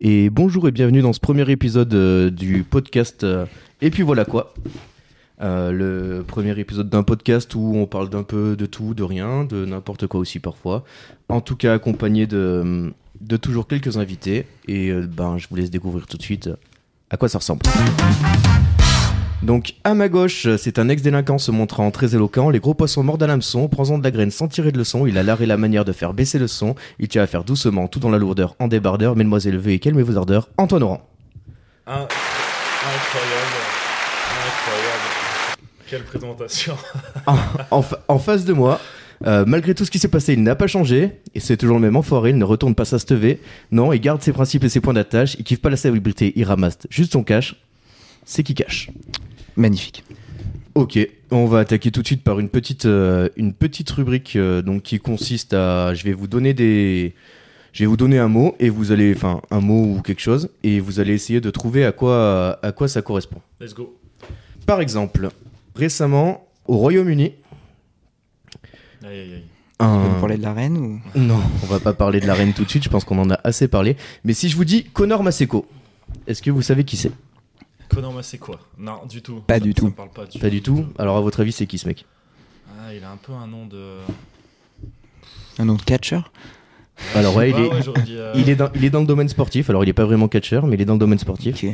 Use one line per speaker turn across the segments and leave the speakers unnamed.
Et bonjour et bienvenue dans ce premier épisode euh, du podcast euh, Et puis voilà quoi. Euh, le premier épisode d'un podcast où on parle d'un peu de tout, de rien, de n'importe quoi aussi parfois. En tout cas accompagné de, de toujours quelques invités. Et euh, ben je vous laisse découvrir tout de suite euh, à quoi ça ressemble. Donc à ma gauche, euh, c'est un ex-délinquant se montrant très éloquent, les gros poissons mordent à l'hameçon, prends-en de la graine sans tirer de leçon, il a l'art et la manière de faire baisser le son, il tient à faire doucement, tout dans la lourdeur, en débardeur, mesdemoiselles levez et calmez vos ardeurs, Antoine Oran.
Un- Incroyable. Incroyable. Quelle présentation.
en, en fa- en face de moi. Euh, malgré tout ce qui s'est passé, il n'a pas changé, et c'est toujours le même enfoiré, il ne retourne pas sa stevée. Non, il garde ses principes et ses points d'attache, il kiffe pas la célébrité, il ramasse juste son cash. C'est qui cache.
Magnifique.
Ok, on va attaquer tout de suite par une petite, euh, une petite rubrique euh, donc, qui consiste à. Je vais vous donner des. Je vais vous donner un mot, et vous allez. Enfin, un mot ou quelque chose, et vous allez essayer de trouver à quoi, à quoi ça correspond.
Let's go.
Par exemple, récemment, au Royaume-Uni.
Aïe, aïe, aïe.
On
Un...
parlait de la reine ou
Non, on va pas parler de la reine tout de suite, je pense qu'on en a assez parlé. Mais si je vous dis Connor Maseko, est-ce que vous savez qui c'est
Connor Massé, quoi Non, du tout.
Pas
Ça-
du
ça
tout.
me parle pas du
Pas du tout Alors à votre avis, c'est qui ce mec
Ah, il a un peu un nom de.
un nom de catcheur
Bah Alors ouais,
Je
il
sais pas,
est,
ouais, j'aurais dit, euh,
il, est dans, il est dans le domaine sportif, alors il est pas vraiment catcheur, mais il est dans le domaine sportif.
Ok.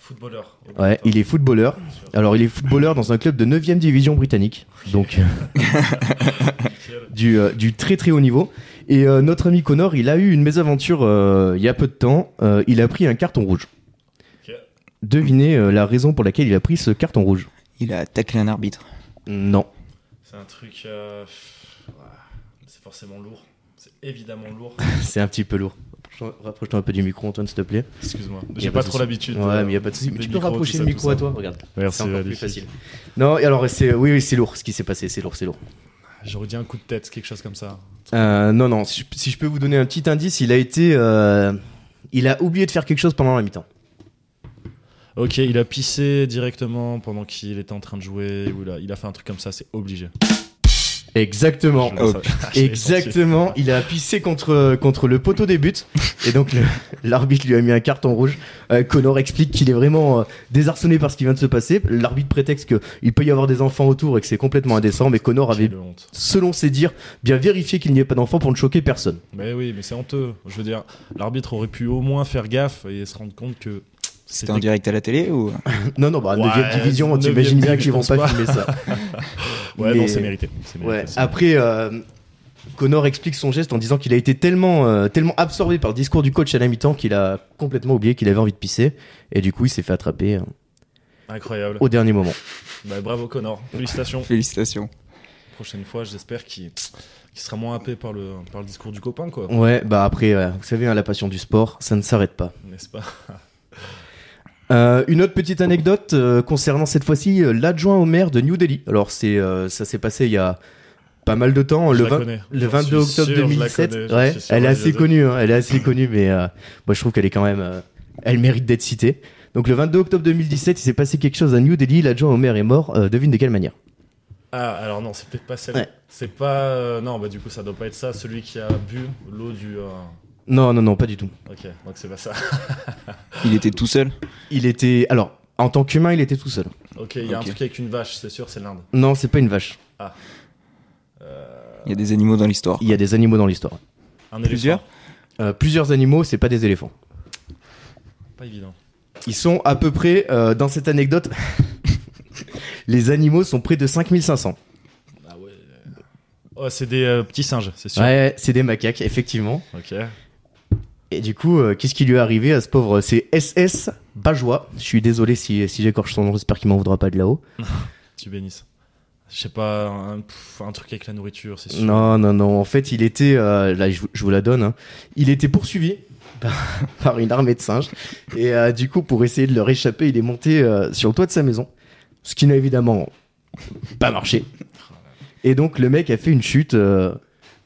Footballeur.
Ouais, il est footballeur. Alors il est footballeur dans un club de 9ème division britannique, donc euh,
Nickel.
du, euh, du très très haut niveau. Et euh, notre ami Connor, il a eu une mésaventure euh, il y a peu de temps, Euh, il a pris un carton rouge.
Ok.
Devinez euh, la raison pour laquelle il a pris ce carton rouge.
Il a taclé un arbitre.
Non.
C'est un truc. euh, pff, ouais. C'est forcément lourd. C'est évidemment lourd.
C'est un petit peu lourd. Rapproche-toi un peu du micro, Antoine, s'il te plaît.
Excuse-moi.
Y
J'ai
a pas
pas,
de
trop
souci.
l'habitude.
Ouais,
euh,
mais il a pas de souci. Mais
des
tu peux
micros, tout
rapprocher
ça,
le
tout
micro
ça.
à toi, regarde.
Merci,
C'est encore plus
Alexis.
facile. Non, et alors c'est oui, oui, c'est lourd ce qui s'est passé, c'est lourd, c'est lourd.
J'aurais dit un coup de tête, quelque chose comme ça.
Euh, non, non, si je, si je peux vous donner un petit indice, il a été. euh, il a oublié de faire quelque chose pendant la mi-temps.
Ok, il a pissé directement pendant qu'il était en train de jouer. Ou il, a, il a fait un truc comme ça, c'est obligé.
Exactement.
Je le savais. Je l'ai senti.
Exactement, il a pissé contre, contre le poteau des buts et donc le- l'arbitre lui a mis un carton rouge. Euh, Connor explique qu'il est vraiment euh, désarçonné par ce qui vient de se passer. L'arbitre prétexte qu'il peut y avoir des enfants autour et que c'est complètement indécent, mais Connor avait
Quelle honte.
selon ses dires, bien vérifier qu'il n'y ait pas d'enfant pour ne choquer personne.
Mais oui, mais c'est honteux. Je veux dire, l'arbitre aurait pu au moins faire gaffe et se rendre compte que
C'était en direct à la télé ou
Non, non, bah,
Ouais,
9 division,
neuvième
t'imagines bien
division,
qu'ils vont
je pense
pas,
pas.
filmer ça.
Ouais,
Mais-
non, c'est mérité. C'est mérité,
Ouais.
c'est mérité.
Après, euh, Connor explique son geste en disant qu'il a été tellement, euh, tellement absorbé par le discours du coach à la mi-temps qu'il a complètement oublié qu'il avait envie de pisser. Et du coup, il s'est fait attraper euh,
Incroyable.
au dernier moment.
Bah, bravo Connor. Félicitations.
Félicitations.
Prochaine fois, j'espère qu'il qu'il sera moins happé par le, par le discours du copain, quoi.
Ouais, bah après, euh, vous savez, hein, la passion du sport, ça ne s'arrête pas.
N'est-ce pas
Euh, une autre petite anecdote euh, concernant cette fois-ci euh, l'adjoint au maire de New Delhi. Alors, c'est, euh, ça s'est passé il y a pas mal de temps,
Je
le
la
20
connais.
Le
J'en
22
suis
octobre
sûr, je la
2017,
connais, j'en
ouais,
suis sûr,
elle est
ouais,
assez
je-
connue, hein, elle est assez connue, mais euh, moi je trouve qu'elle est quand même, euh, elle mérite d'être citée. Donc le 22 octobre 2017, il s'est passé quelque chose à New Delhi, l'adjoint au maire est mort, euh, devine de quelle manière
Ah, alors non, c'est peut-être pas celle.
Ouais.
C'est pas. euh, non, bah du coup, ça doit pas être ça. Celui qui a bu l'eau du. euh,
Non, non, non, pas du tout.
Ok, donc c'est pas ça.
Il était tout seul.
Il était, alors, en tant qu'humain, il était tout seul.
Ok, il y a un
Ok.
truc avec une vache, c'est sûr, c'est l'Inde.
Non, c'est pas une vache,
Il y a des animaux dans l'histoire.
il y a des animaux dans l'histoire.
Un
Plusieurs
éléphant.
Euh, plusieurs animaux, c'est pas des éléphants.
Pas évident.
Ils sont à peu près, euh, dans cette anecdote, les animaux sont près de 5500.
Ah ouais. Oh, c'est des euh, petits singes, c'est sûr.
Ouais, c'est des macaques, effectivement.
Ok.
Et du coup, euh, qu'est-ce qui lui est arrivé à ce pauvre C'est SS Bajois. Je suis désolé si, si j'écorche son nom, j'espère qu'il m'en voudra pas de là-haut.
Tu bénisses. Je sais pas, un, pff, un truc avec la nourriture, c'est sûr.
Non, non, non. En fait, il était. euh, là, je, vous- je vous la donne. hein. Il était poursuivi par, par une armée de singes. Et euh, du coup, pour essayer de leur échapper, il est monté euh, sur le toit de sa maison. Ce qui n'a évidemment pas marché. Et donc, le mec a fait une chute euh,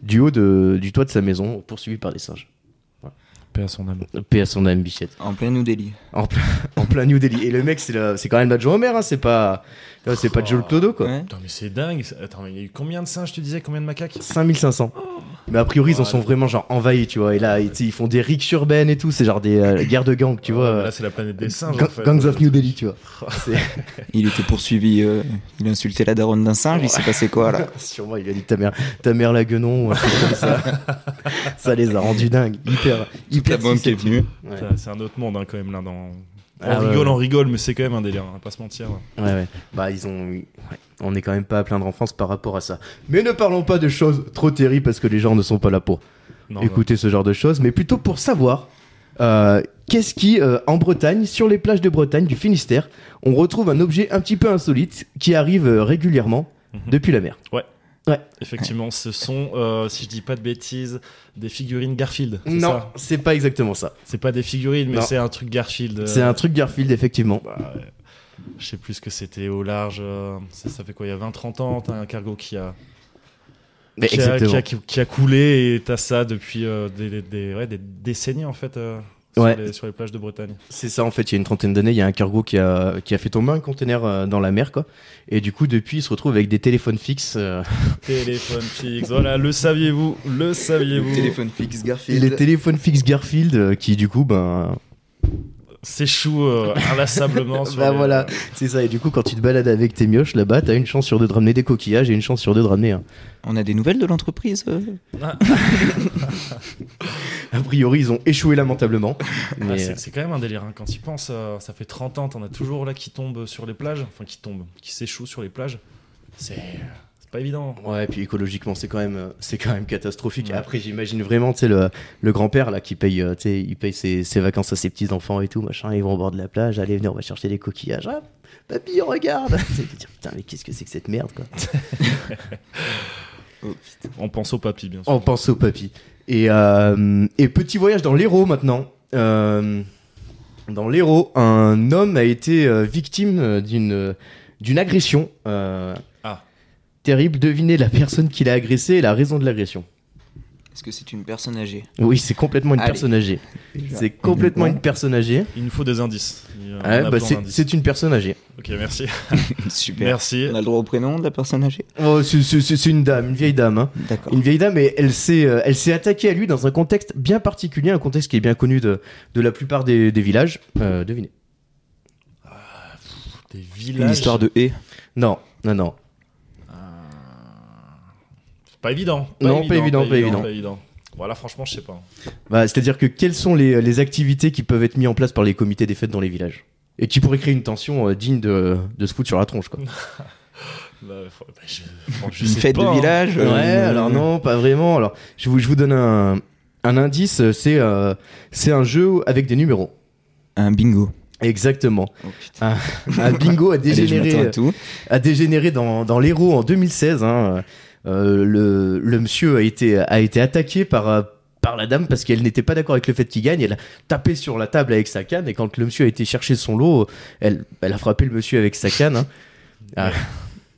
du haut de- du toit de sa maison, poursuivi par des singes.
Paix à son âme.
Paix à son âme, bichette.
En plein New Delhi.
En plein, en plein New Delhi. Et le mec, c'est le- c'est quand même l'adjoint au maire, hein, c'est pas, là, c'est pas Joe le Clodo, quoi.
Ouais.
Attends, mais c'est dingue. Attends, mais il y a eu combien de singes, tu disais Combien de macaques
5500. Mais a priori, ils en
Ouais.
sont vraiment genre envahis, tu vois. Et là, ils, tu sais, ils font des rixes urbaines et tout. C'est genre des euh, guerres de gangs, tu vois.
Là, c'est la planète des singes.
Ga-
en fait.
Gangs of New Delhi, tu vois. C'est-
Il était poursuivi, euh, il insultait la daronne d'un singe, il s'est passé quoi là
Sûrement, il a dit ta mère, ta mère la guenon, ou un truc comme ça. ça les a rendus dingues, hyper, hyper. susceptibles. Ouais.
Putain, C'est un autre monde hein, quand même là. Dans... On
Ah, ouais,
rigole,
ouais.
on rigole, mais c'est quand même un délire. hein, On va pas se mentir.
Ouais, ouais. Bah, ils ont. ouais. On est quand même pas à plaindre en France par rapport à ça. Mais ne parlons pas de choses trop terribles parce que les gens ne sont pas là pour
Non,
écouter ce genre de choses, mais plutôt pour savoir euh, qu'est-ce qui, euh, en Bretagne, sur les plages de Bretagne, du Finistère, on retrouve un objet un petit peu insolite qui arrive euh, régulièrement
Mhm.
depuis la mer.
bah, effectivement, ce sont, euh, si je dis pas de bêtises, des figurines Garfield. c'est
Non,
ça
c'est pas exactement ça.
C'est pas des figurines, mais
Non.
c'est un truc Garfield. euh,
C'est un truc Garfield, effectivement.
bah, euh, je sais plus ce que c'était au large. euh, ça, ça fait quoi Il y a 20-30 ans, t'as un cargo qui a,
Mais
qui, a,
exactement.
qui, a, qui a coulé et t'as ça depuis euh, des, des- des- ouais, des décennies en fait euh, sur,
Ouais.
les, sur les plages de Bretagne.
C'est ça, en fait, il y a une trentaine d'années, il y a un cargo qui a, qui a fait tomber un conteneur euh, dans la mer, quoi. Et du coup, depuis, il se retrouve avec des téléphones fixes. euh,
Téléphone fixe, voilà, le saviez-vous Le saviez-vous
fixe
les téléphones fixes Garfield, euh, qui du coup, ben.
S'échoue euh, inlassablement sur
Bah
les-
voilà, c'est ça. Et du coup, quand tu te balades avec tes mioches là-bas, t'as une chance sur deux de ramener des coquillages et une chance sur deux de ramener un.
On a des nouvelles de l'entreprise euh
A priori, ils ont échoué lamentablement.
Ah,
Mais,
c'est c'est quand même un délire. hein. Quand tu y penses, euh, ça fait 30 ans, t'en as toujours là qui tombent sur les plages, enfin qui tombent, qui s'échouent sur les plages. C'est c'est pas évident.
euh, ouais, et puis écologiquement, c'est quand même, euh, c'est quand même catastrophique.
Ouais.
Après, j'imagine vraiment, tu sais, le, le grand-père là qui paye, euh, tu sais, il paye ses, ses vacances à ses petits-enfants et tout, machin, ils vont au bord de la plage, allez, venez, on va chercher des coquillages. Ah, papy, regarde Tu sais, tu te dis, Putain, mais qu'est-ce que c'est que cette merde, quoi
On pense au papy, bien sûr.
On pense Oh, au papy. Et, euh, et petit voyage dans l'Hérault maintenant. Euh, dans l'Hérault, un homme a été euh, victime euh, d'une d'une agression. euh,
Ah.
Terrible, devinez la personne qui l'a agressé et la raison de l'agression.
Est-ce que c'est une personne âgée
Oui, c'est complètement une
Allez.
personne âgée. C'est complètement une personne âgée.
Il nous faut des indices. Il y a- Ah, on
Ouais,
a
bah,
besoin
c'est-
d'indices.
c'est une personne âgée.
Ok, merci.
Super.
Merci.
On a le droit au prénom de la personne âgée
Oh, c'est- c'est c'est une dame, une vieille dame. hein.
D'accord.
Une vieille dame, et elle s'est, euh, elle s'est attaquée à lui dans un contexte bien particulier, un contexte qui est bien connu de, de la plupart des, des villages. Euh, devinez.
Des
Une
villages.
histoire de haie.
Non, non, non.
Ah. C'est Pas évident.
Non, pas évident, pas évident.
Voilà, franchement, je sais pas.
Bah, C'est-à-dire que quelles sont les, les activités qui peuvent être mises en place par les comités des fêtes dans les villages Et qui pourraient créer une tension euh, digne de, de se foutre sur la tronche, quoi.
Bah, faut- bah, je, franchement, je
Une
sais
fête
pas, hein.
de village
Ouais,
euh,
alors non, pas vraiment. Alors, je vous, je vous donne un, un indice, c'est euh, c'est un jeu avec des numéros.
Un bingo.
Exactement.
Oh, putain.
Un Ah, bingo a
Allez, je m'attends
dégénéré,
à tout.
a dégénéré dans, dans l'Hérault en 2016. hein. Euh, le, le monsieur a été, a été attaqué par, euh, par la dame parce qu'elle n'était pas d'accord avec le fait qu'il gagne. Elle a tapé sur la table avec sa canne et quand le monsieur a été chercher son lot, elle, elle a frappé le monsieur avec sa canne. hein. Ah.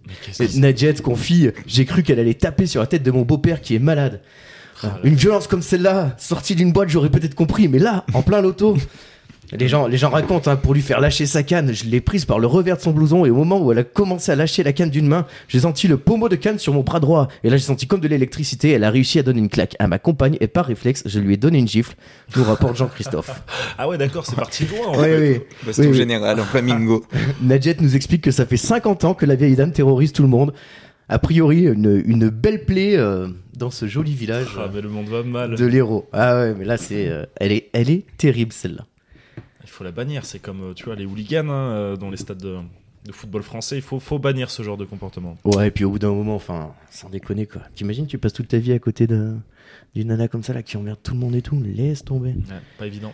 Mais qu'est-ce
Et
que c'est
Nadjet confie J'ai cru qu'elle allait taper sur la tête de mon beau-père qui est malade.
Ah, là.
Une violence comme celle-là, sortie d'une boîte, j'aurais peut-être compris, mais là, en plein loto. Les gens, les gens racontent, hein, pour lui faire lâcher sa canne, je l'ai prise par le revers de son blouson et au moment où elle a commencé à lâcher la canne d'une main, j'ai senti le pommeau de canne sur mon bras droit. Et là, j'ai senti comme de l'électricité, elle a réussi à donner une claque à ma compagne et par réflexe, je lui ai donné une gifle, nous rapporte Jean-Christophe.
Ah ouais, d'accord, c'est parti loin. en
Oui,
fait.
oui.
Baston
Oui, oui.
général en flamingo.
Nadjet nous explique que ça fait 50 ans que la vieille dame terrorise tout le monde. A priori, une, une belle plaie euh, dans ce joli village
Ah,
euh,
mais le monde va mal.
de l'Hérault. Ah ouais, mais là, c'est, euh, elle, est, elle est terrible celle-là.
Il faut la bannir. C'est comme, euh, tu vois, les hooligans hein, euh, dans les stades de, de football français. Il faut, faut bannir ce genre de comportement.
Ouais, et puis au bout d'un moment, enfin, sans déconner quoi. T'imagines, tu passes toute ta vie à côté de- d'une nana comme ça là qui emmerde tout le monde et tout. Laisse tomber.
Ouais, pas évident.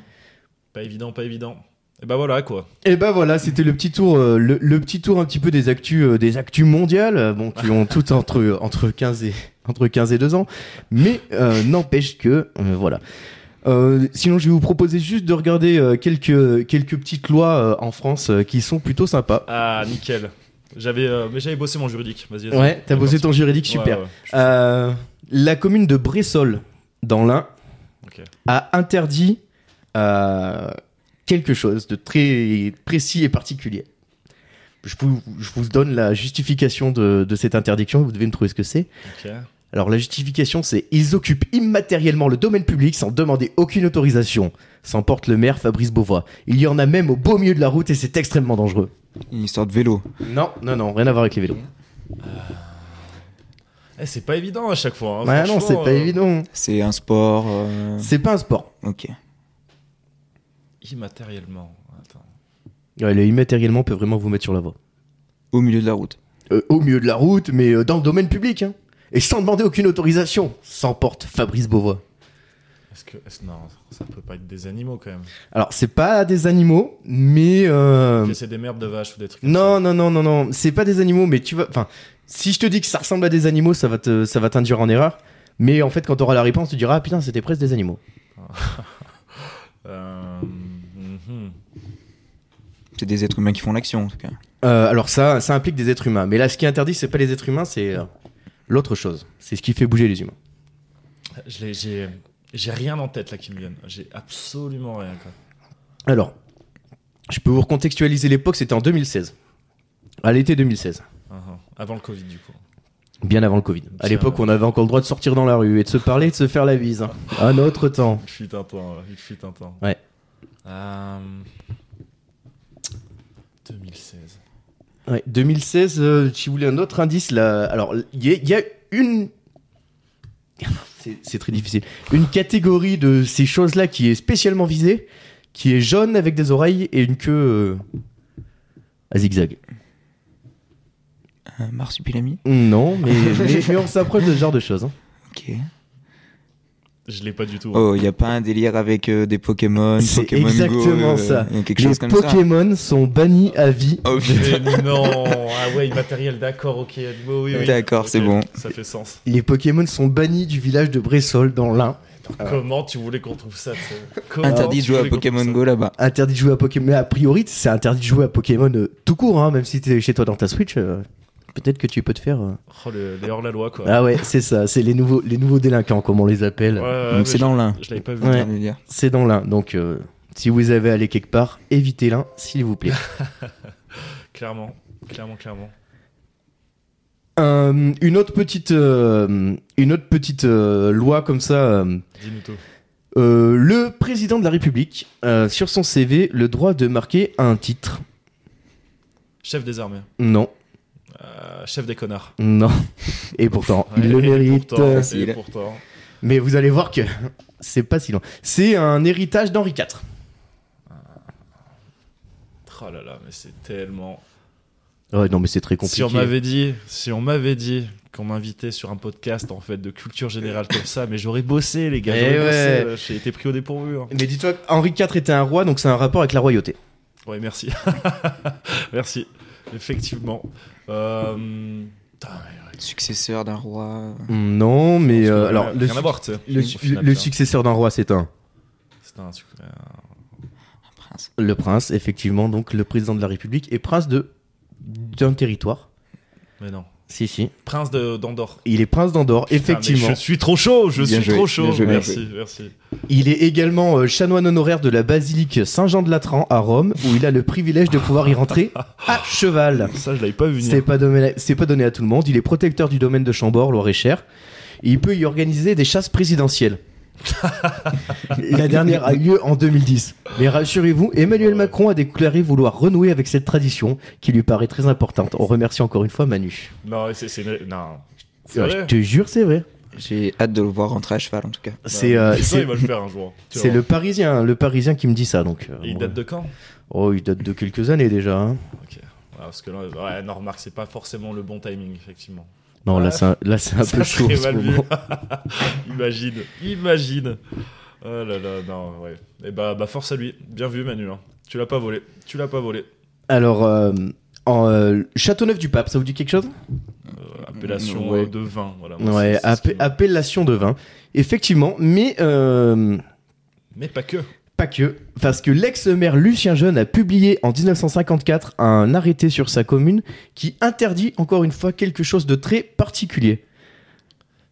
Pas évident, pas évident. Et bah voilà, quoi.
Et ben voilà, c'était le petit tour, euh, le, le petit tour un petit peu des actus, euh, des actus mondiales, euh, bon, qui ont toutes entre entre 15 et entre 15 et 2 ans, mais euh, n'empêche que euh, voilà. Euh, sinon, je vais vous proposer juste de regarder euh, quelques quelques petites lois euh, en France euh, qui sont plutôt sympas.
Ah, nickel. J'avais, euh, mais j'avais bossé mon juridique. Vas-y. vas-y.
Ouais, t'as
C'est
posé
parti.
ton juridique, super.
Ouais, ouais, je suis-
Euh, la commune de Bressol, dans l'Ain,
ok.
a interdit euh, quelque chose de très précis et particulier. Je vous, je vous donne la justification de, de cette interdiction, vous devez me trouver ce que c'est.
Ok.
Alors la justification, c'est ils occupent immatériellement le domaine public sans demander aucune autorisation. S'emporte le maire Fabrice Beauvois. Il y en a même au beau milieu de la route et c'est extrêmement dangereux.
Une histoire de vélo.
Non, non, non, rien à voir avec les vélos.
Eh, c'est pas évident à chaque fois. hein,
Bah non, c'est
franchement,
pas
euh,
évident.
C'est un sport. euh,
C'est pas un sport.
Ok.
Immatériellement. Attends.
Ouais, le immatériellement peut vraiment vous mettre sur la voie.
Au milieu de la route.
Euh, au milieu de la route, mais euh, dans le domaine public. hein. Et sans demander aucune autorisation. S'emporte Fabrice Beauvois.
Est-ce que. est-ce- non, ça peut pas être des animaux quand même.
Alors, c'est pas des animaux, mais... euh,
Ok, C'est des merdes de vaches ou des trucs. comme
Non,
ça.
non, non, non, non. C'est pas des animaux, mais tu vas. Enfin, si je te dis que ça ressemble à des animaux, ça va te, ça va t'induire en erreur. Mais en fait, quand t'auras la réponse, tu diras ah, putain, c'était presque des animaux.
Euh, mhm.
C'est des êtres humains qui font l'action en tout cas.
Euh, alors ça, ça implique des êtres humains. Mais là, ce qui est interdit, c'est pas les êtres humains, c'est euh, l'autre chose. C'est ce qui fait bouger les humains.
Je l'ai- J'ai j'ai rien en tête là qui me vienne. J'ai absolument rien. Quoi.
Alors, je peux vous recontextualiser l'époque. C'était en 2016, à l'été 2016,
Mhm. Avant le Covid du coup.
bien avant le Covid. À
C'est
l'époque,
vrai.
on avait encore le droit de sortir dans la rue et de se parler, et de se faire la bise. Un autre temps.
Il fut un temps. ouais, Il fut un temps.
Ouais.
Euh, 2016.
Ouais, 2016, euh, si vous voulez un autre indice, là, alors il y, a- il y a une... C'est- C'est très difficile. Une catégorie de ces choses-là qui est spécialement visée, qui est jaune avec des oreilles et une queue euh, à zigzag.
Un Euh, marsupilami
Non, mais, mais- mais on s'approche de ce genre de choses. hein.
Ok.
Je l'ai pas du tout. hein.
Oh, il n'y a pas un délire avec euh, des Pokémon,
C'est
Pokémon
exactement
Go, euh,
ça.
euh, quelque
Les
chose comme ça.
Pokémon sont bannis à vie.
Oh,
Mais non, ah ouais, immatériel, d'accord, ok. Bon, oui, oui.
D'accord, c'est
Ok,
bon.
Ça fait sens.
Les Pokémon sont bannis du village de Bressol dans l'Ain.
Comment tu voulais qu'on trouve ça tu sais Comment
Ah. Interdit de
tu
jouer à
voulais qu'on trouve
Pokémon
ça
Go là-bas.
Interdit de jouer à Pokémon. Mais a priori, c'est interdit de jouer à Pokémon euh, tout court, hein, même si t'es chez toi dans ta Switch. euh, Peut-être que tu peux te faire. euh,
Oh, le- les hors-la-loi, quoi.
Ah ouais, c'est ça, c'est les nouveaux, les nouveaux délinquants, comme on les appelle.
Ouais, ouais, mais
Donc c'est
je-
dans l'un.
Je l'avais pas vu.
Ouais.
le délire.
C'est dans l'un, donc euh, si vous avez allé quelque part, évitez l'un, s'il vous plaît.
Clairement, clairement, clairement.
Euh, une autre petite, euh, une autre petite euh, loi comme ça. euh,
Dis-nous tout.
euh, le président de la République, euh, sur son CV, le droit de marquer un titre.
Chef des armées.
Non,
Euh, chef des connards.
non. Et pourtant, il le
Ouais, et
mérite.
pourtant,
euh,
Facile.
et pourtant.
Mais vous allez voir que c'est pas si loin. C'est un héritage d'Henri IV.
Oh là là, mais c'est tellement.
Ouais, non, mais c'est très compliqué.
Si on m'avait dit, si on m'avait dit qu'on m'invitait sur un podcast en fait de culture générale comme ça, mais j'aurais bossé les gars.
Eh
j'aurais bossé,
ouais.
euh, J'ai été pris au dépourvu. hein.
Mais dis-toi, Henri IV était un roi, donc c'est un rapport avec la royauté.
Ouais, merci. merci. Effectivement. Euh... putain, ouais, ouais.
Successeur d'un roi. euh,
Non, mais
Parce que
euh,
rien-
alors le,
rien à
suc-
voir, tu sais.
le
Au
su-
final,
le
ça.
successeur d'un roi, c'est un
C'est un suc- euh,
Un prince.
le prince, effectivement. Donc le président de la République est prince de d'un territoire.
Mais non.
Si si.
Prince de- d'Andorre.
Il est prince d'Andorre,
Putain, mais
effectivement.
je suis trop chaud, je
Bien
suis
joué,
trop
bien
chaud.
joué, bien
merci, merci.
Il est également euh, chanoine honoraire de la basilique Saint-Jean de Latran à Rome, où il a le privilège de pouvoir y rentrer à cheval.
Ça, je l'avais pas vu venir.
C'est pas, donné, c'est pas donné à tout le monde. Il est protecteur du domaine de Chambord, Loire-et-Cher. Et il peut y organiser des chasses présidentielles. La dernière a eu lieu en 2010. Mais rassurez-vous, Emmanuel Macron a déclaré vouloir renouer avec cette tradition qui lui paraît très importante. On remercie encore une fois Manu.
Non, c'est. c'est une- Non. C'est
Ouais,
vrai
je te jure, c'est vrai.
J'ai hâte de le voir rentrer à cheval en tout cas.
C'est,
Ouais.
euh,
Ça,
c'est,
il va le faire un jour. tu
c'est
vois.
le Parisien, hein, le Parisien qui me dit ça. Donc, euh,
Et il
bon,
date de quand
Oh, il date de quelques années déjà. hein.
Ok. Ouais, parce que là, ouais, non, remarque, c'est pas forcément le bon timing, effectivement.
Non, là,
Ouais.
c'est un, là, c'est un
Ça
peu
serait
chaud. en ce
mal vu.
moment.
imagine, imagine. Oh là là, non, ouais. Et bah, bah force à lui. Bien vu, Manu. hein. Tu l'as pas volé. Tu l'as pas volé.
Alors, euh, en, euh, Châteauneuf-du-Pape, ça vous dit quelque chose
Euh, appellation
Ouais.
euh, de vin. Voilà, Moi,
Mm, Ouais,
c'est- c'est ce
appe-
qui me-
appellation de vin, effectivement, mais euh,
Mais pas que.
pas que, parce que l'ex-maire Lucien Jeune a publié en 1954 un arrêté sur sa commune qui interdit encore une fois quelque chose de très particulier.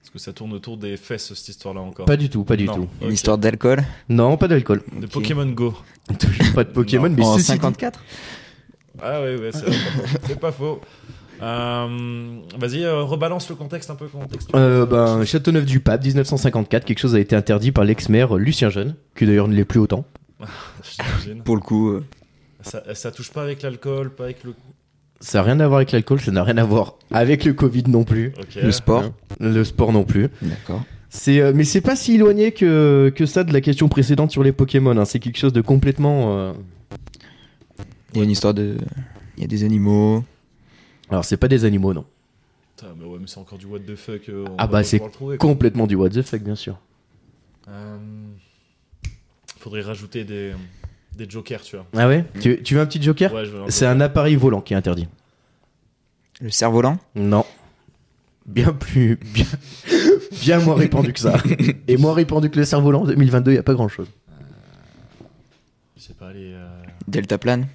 Parce que ça tourne autour des fesses, cette histoire-là encore.
Pas du tout, pas du
Non,
tout.
ok.
Une histoire d'alcool.
Non, pas d'alcool.
De
Ok.
Pokémon Go.
Toujours pas de Pokémon,
Non,
mais
en
ceci dit-
54
Ah ouais, ouais, c'est pas faux. C'est pas faux. Euh, Vas-y, euh, rebalance le contexte un peu. Contexte.
Euh, ben, Châteauneuf-du-Pape, 1954, quelque chose a été interdit par l'ex-maire Lucien Jeune, qui d'ailleurs ne l'est plus autant.
J'imagine.
Pour le coup, euh,
ça, ça touche pas avec l'alcool, pas avec le.
Ça n'a rien à voir avec l'alcool, ça n'a rien à voir avec le Covid non plus,
Ok.
le sport.
le sport non plus.
D'accord.
C'est, euh, mais c'est pas si éloigné que, que ça de la question précédente sur les Pokémon. hein. C'est quelque chose de complètement. euh,
Il y a une histoire de. Il y a des animaux.
Alors, c'est pas des animaux, non.
Putain, mais ouais, mais c'est encore du what the fuck. euh, on
Ah
va
bah,
pas
c'est
pouvoir le trouver, quoi.
Complètement du what the fuck, bien sûr.
Euh, faudrait rajouter des, des jokers, tu vois.
Ah ouais tu, tu veux un petit joker
Ouais, je veux un
C'est
joker.
un appareil volant qui est interdit.
Le cerf-volant
Non. Bien plus. Bien, bien moins répandu que ça. Et moins répandu que le cerf-volant en 2022, il a pas grand-chose.
Je sais pas, les. euh,
Delta plane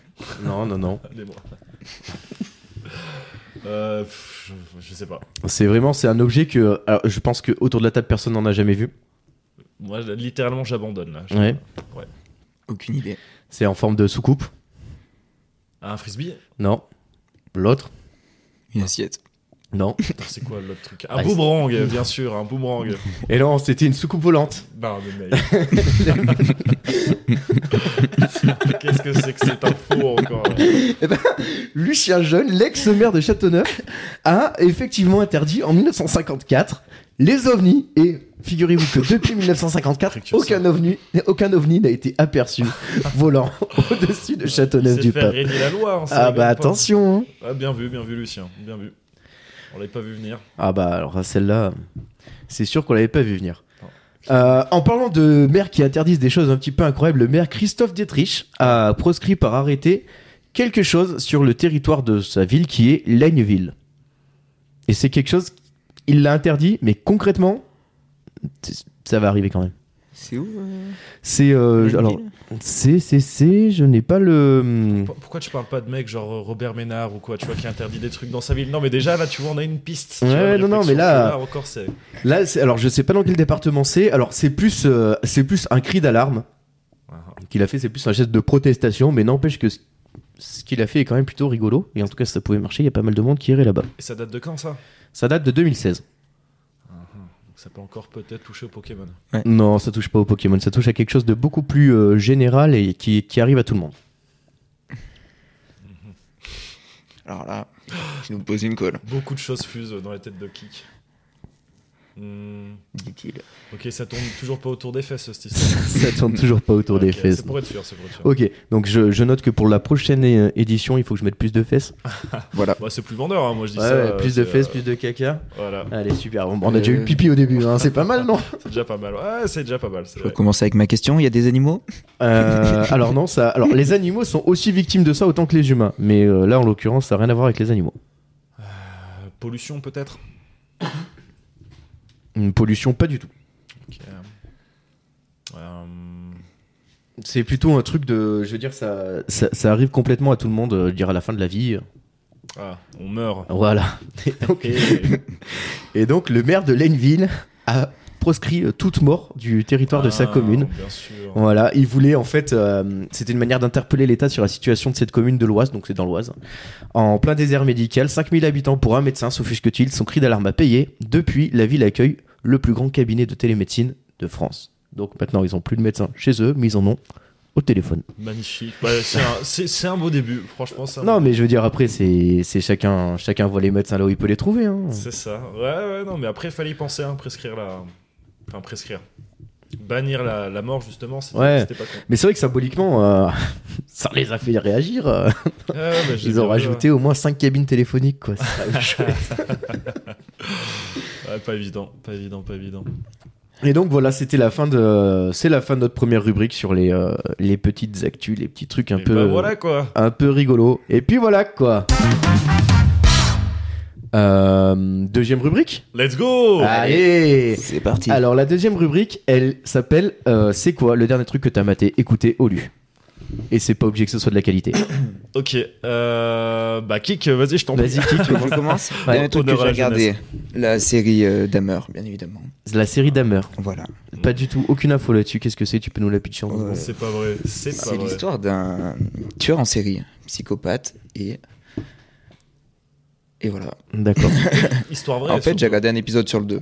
Non, non, non.
les bras. Euh, pff, je, je sais pas.
C'est vraiment, c'est un objet que. Alors, je pense que autour de la table, personne n'en a jamais vu.
Moi, je- littéralement, j'abandonne là. Je-
Ouais.
Aucune idée.
C'est en forme de soucoupe.
Ah, Un frisbee
Non. L'autre
Une assiette.
Non.
Putain, C'est quoi l'autre truc Un
Ah,
boomerang, bien sûr, un boomerang.
Et non, c'était une soucoupe volante.
Non, mais mec. Qu'est-ce que c'est que cet info encore là
Lucien Jeune, l'ex-maire de Châteauneuf, a effectivement interdit en 1954 les ovnis. Et figurez-vous que depuis 1954,
Précurseur.
aucun ovni, aucun ovni n'a été aperçu volant au-dessus de
Il sait faire
Châteauneuf-du-Pape.
régner la loi. hein, ça,
Ah bah
les gars, pas.
attention hein.
Ah, bien vu, bien vu, Lucien. Bien vu. On l'avait pas vu venir.
Ah bah alors celle-là, c'est sûr qu'on l'avait pas vu venir.
Non.
Euh, en parlant de maires qui interdisent des choses un petit peu incroyables, le maire Christophe Dietrich a proscrit par arrêté quelque chose sur le territoire de sa ville qui est Laigneville. Et c'est quelque chose, il l'a interdit, mais concrètement, c'est- ça va arriver quand même.
C'est où euh,
C'est euh,
Laigneville
alors c'est c'est c'est, je n'ai pas le. hum,
Pour- Pourquoi tu parles pas de mec genre euh, Robert Ménard ou quoi, tu vois, qui interdit des trucs dans sa ville Non, mais déjà là, tu vois, on a une piste. tu
Ouais,
vois, la
ouais, non, non,
réflexion
mais là- euh,
que encore, c'est.
Là, c'est- alors je sais pas dans quel département c'est. Alors c'est plus euh, c'est plus un cri d'alarme. qu'il a fait, c'est plus un geste de protestation, mais n'empêche que ce- ce qu'il a fait est quand même plutôt rigolo. Et en tout cas, ça pouvait marcher, il y a pas mal de monde qui irait là-bas.
Et ça date de quand ça
Ça date de 2016.
Donc ça peut encore peut-être toucher au Pokémon.
Non, ça touche pas au Pokémon, ça touche à quelque chose de beaucoup plus euh, général et qui, qui arrive à tout le monde.
Alors là, tu nous poses une colle.
Beaucoup de choses fusent dans la tête de Kik. Hmm,
Dit-il.
Ok, ça tourne toujours pas autour des fesses, cette histoire.
ça tourne toujours pas autour des
Ok,
fesses.
C'est pour être sûr, c'est pour être sûr.
Ok, donc je, je note que pour la prochaine é- édition, il faut que je mette plus de fesses.
Voilà.
Bah, c'est plus vendeur, hein, moi je dis
Ouais,
ça.
ouais,
euh,
plus de
c'est,
fesses,
euh,
plus de caca.
Voilà,
Allez, super. Bon, on a
Euh.
déjà eu le pipi au début, hein, c'est pas mal, non
c'est déjà pas mal. Ouais, c'est déjà pas mal. c'est
Je vais
vrai.
commencer avec ma question. Il y a des animaux
Euh, Alors non, ça. Alors les animaux sont aussi victimes de ça autant que les humains, mais euh, là, en l'occurrence, ça n'a rien à voir avec les animaux.
Euh, Pollution peut-être
Une pollution, pas du tout.
Ok. Euh,
C'est plutôt un truc de. Je veux dire, ça, ça, ça arrive complètement à tout le monde, euh, je veux dire à la fin de la vie.
Ah, on meurt.
Voilà. Et donc,
Et-
et donc, le maire de Laineville a proscrit euh, toute mort du territoire de sa
Ah,
commune.
Bien sûr.
Voilà, il voulait en fait, euh, c'était une manière d'interpeller l'État sur la situation de cette commune de l'Oise, donc c'est dans l'Oise, en plein désert médical, 5000 habitants pour un médecin, s'offusque-t-il, son cri d'alarme a payé. Depuis, la ville accueille le plus grand cabinet de télémédecine de France. Donc maintenant, ils ont plus de médecins chez eux, mais ils en ont au téléphone.
Magnifique. Ouais, c'est un- c'est c'est un beau début, franchement. c'est un
Non,
beau-
mais je veux dire, après, c'est c'est chacun, chacun voit les médecins là où il peut les trouver. hein.
C'est ça. Ouais, ouais, non, mais après, fallait y penser, hein, prescrire la. Enfin, prescrire. Bannir la, la mort, justement, c'était
Ouais.
c'était pas con.
Mais c'est vrai que symboliquement, euh, ça les a fait réagir. euh.
Ouais, ouais, bah, j'ai
Ils ont
bien vu,
rajouté au moins 5 cabines téléphoniques, quoi. C'est quand même chouette.
ouais. Ouais, pas évident, pas évident, pas évident.
Et donc voilà, c'était la fin de, c'est la fin de notre première rubrique sur les, euh, les petites actus, les petits trucs un
Et
peu,
bah, voilà quoi.
un peu rigolo. Et puis voilà quoi. Euh, deuxième rubrique.
Let's go
Allez.
C'est parti.
Alors la deuxième rubrique, elle s'appelle euh, C'est quoi le dernier truc que t'as maté, écouté ou lu Et c'est pas obligé que ce soit de la qualité.
Ok, euh, bah, kick, vas-y, je t'en prie.
Vas-y, kick.
Tu veux que je commence
Ouais.
Dernier truc que
Honneur
j'ai
à la
regardé. La série euh, Dahmer, bien évidemment.
La série Dahmer.
Voilà.
Pas du tout, aucune info là-dessus. Qu'est-ce que c'est Tu peux nous la pitcher en deux
Ouais.
secondes
C'est pas vrai, c'est pas
C'est
vrai.
l'histoire d'un tueur en série, psychopathe et Et voilà.
D'accord.
Histoire vraie.
En fait,
surtout.
j'ai regardé un épisode sur le 2.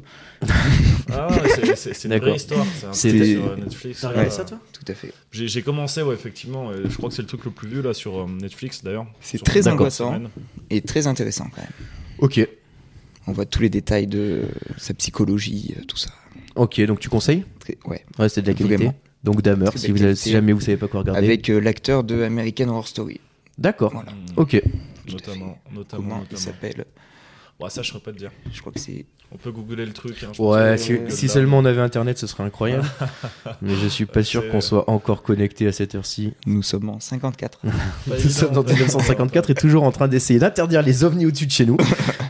Ah, ouais, c'est- c'est c'est une
D'accord.
vraie histoire. C'est un
C'était-
truc sur Netflix.
T'as regardé
euh,
ça, toi
Tout à fait.
J'ai j'ai commencé, ouais, effectivement. et je crois que c'est le truc le plus vu là sur euh, Netflix d'ailleurs.
C'est
Sur-
très
D'accord.
angoissant.
semaine.
Et très intéressant quand même.
Ok.
On voit tous les détails de euh, sa psychologie, euh, tout ça.
Ok, donc tu conseilles
Très- ouais.
Ouais, c'est de la qualité.
Vraiment.
Donc Dahmer,
Très
si,
belle
vous avez-
qualité.
si jamais vous savez pas quoi regarder.
Avec euh, l'acteur de American Horror Story.
D'accord.
Voilà.
Mm.
Ok.
Notamment. Notamment.
Comment il
notamment.
s'appelle
Ouais, ça, je saurais pas te dire.
Je crois que c'est.
On peut googler le truc. hein, je pense
Ouais,
que-
si,
Google
si
Doc.
seulement on avait internet, ce serait incroyable. Mais je suis pas sûr
C'est-
qu'on soit encore connecté à cette heure-ci.
Nous sommes en 54.
Pas
Nous
évident,
sommes en
pas évident.
1954 et toujours en train d'essayer d'interdire les ovnis au-dessus de chez nous.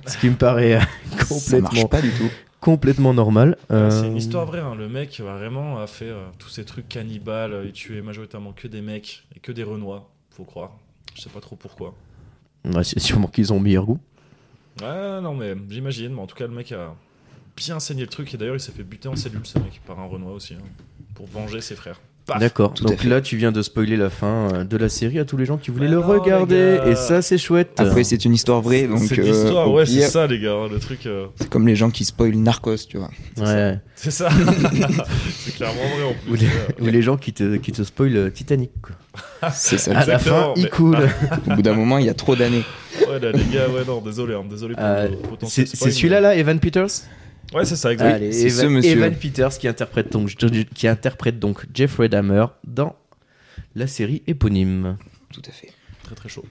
ce qui me paraît euh,
ça marche
complètement,
pas du tout.
complètement normal.
Ouais, Ah, C'est une
Euh,
histoire vraie, hein. le mec euh, vraiment a fait euh, tous ces trucs cannibales, euh, il tuait majoritairement que des mecs et que des renois, faut croire. Je sais pas trop pourquoi.
ouais, c'est sûrement qu'ils ont meilleur goût.
Ah non mais j'imagine, mais en tout cas le mec a bien saigné le truc et d'ailleurs il s'est fait buter en cellule ce mec par un renois aussi, hein, pour venger ses frères. Paf.
D'accord.
tout à
Donc
fait.
là, tu viens de spoiler la fin euh, de la série à tous les gens qui voulaient
Mais
le
non, les
regarder.
gars.
Et ça, c'est chouette.
Après, c'est une histoire vraie, donc.
C'est
euh,
l'histoire,
au
ouais,
pire,
c'est ça les gars, hein, le truc. euh,
c'est comme les gens qui spoilent Narcos, tu vois.
Ouais.
c'est ça. c'est clairement vrai en
Ou
plus.
les,
euh,
ou les gens qui te, qui te spoilent euh, Titanic. quoi. Ah,
C'est ça.
À la fin,
Exactement,
ils
mais-
coulent.
Au bout d'un moment, il y a trop d'années.
Ouais, là, les gars, ouais, non, désolé, hein, désolé pour
Euh,
le potentiel
C'est
spoil,
c'est
mais-
celui-là, là, Evan Peters
Ouais, c'est ça, exact.
Allez,
c'est
Evan,
ce monsieur.
Evan Peters qui interprète, donc, qui interprète donc Jeffrey Dahmer dans la série éponyme.
Tout à fait.
Très très chaud.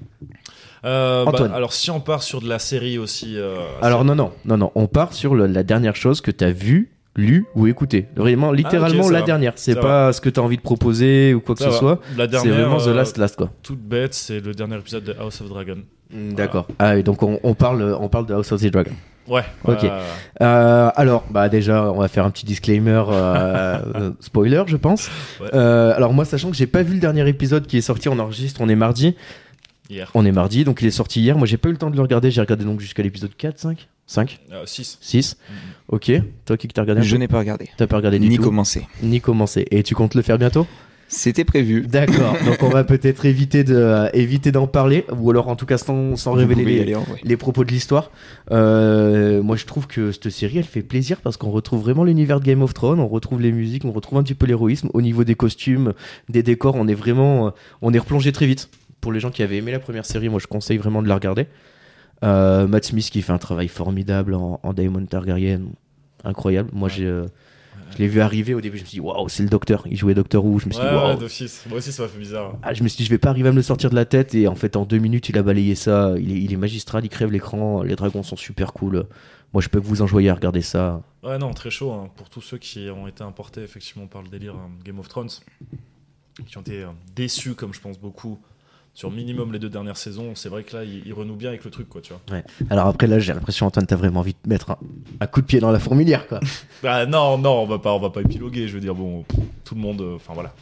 Euh, bah,
Antoine.
alors si on part sur de la série aussi. euh,
Alors non, non, non, non, on part sur le- la dernière chose que t'as vue, lu ou écoutée. Vraiment, littéralement
Ah, ça
la
va.
dernière. C'est
Ça
pas ce que t'as envie de proposer ou quoi que
ça
ce
va.
soit.
la
C'est
dernière,
vraiment The
euh,
Last Last quoi.
toute bête, c'est le dernier épisode de House of Dragon.
D'accord. Ah oui, donc on, on parle, on parle de House of the Dragon.
Ouais.
Ok.
euh,
Euh, alors, bah déjà, on va faire un petit disclaimer, euh, euh, spoiler, je pense.
Ouais.
Euh, alors moi, sachant que j'ai pas vu le dernier épisode qui est sorti, on enregistre, on est mardi,
hier.
on est mardi, donc il est sorti hier. Moi, j'ai pas eu le temps de le regarder. J'ai regardé donc jusqu'à l'épisode 4, 5, 5,
6.
6. Ok. Toi qui que t'as regardé un
Je
peu
n'ai pas regardé.
T'as pas regardé du
Ni
tout.
commencé.
Ni commencé. Et tu comptes le faire bientôt
C'était prévu.
D'accord. donc on va peut-être éviter de euh, éviter d'en parler, ou alors en tout cas sans, sans
Vous
révéler
pouvez y
les,
aller en vrai.
les propos de l'histoire. Euh, moi, je trouve que cette série, elle fait plaisir parce qu'on retrouve vraiment l'univers de Game of Thrones, on retrouve les musiques, on retrouve un petit peu l'héroïsme. Au niveau des costumes, des décors, on est vraiment, euh, on est replongé très vite. Pour les gens qui avaient aimé la première série, moi, je conseille vraiment de la regarder. Euh, Matt Smith qui fait un travail formidable en, en Daemon Targaryen, incroyable. Moi, j'ai, euh, je l'ai vu arriver au début, je me suis dit waouh, c'est le Docteur. Il jouait Docteur Who, je me
Ouais,
suis dit waouh.
ouais, de 6. Moi aussi, ça m'a fait bizarre.
Ah, je me suis dit, je vais pas arriver à me le sortir de la tête. Et en fait, en deux minutes, il a balayé ça. Il est, il est magistral, il crève l'écran. Les dragons sont super cool. Moi, je peux que vous enjoyer à regarder ça.
Ouais, non, très chaud. hein, Pour tous ceux qui ont été importés, effectivement, par le délire hein, Game of Thrones, qui ont été euh, déçus, comme je pense beaucoup, sur minimum les deux dernières saisons, c'est vrai que là, ils, ils renouent bien avec le truc, quoi, tu vois.
Alors après, là, j'ai l'impression, Antoine, t'as vraiment envie de mettre un, un coup de pied dans la fourmilière, quoi.
Bah non, non, on va pas, on va pas épiloguer. Je veux dire, bon, tout le monde, euh, enfin voilà,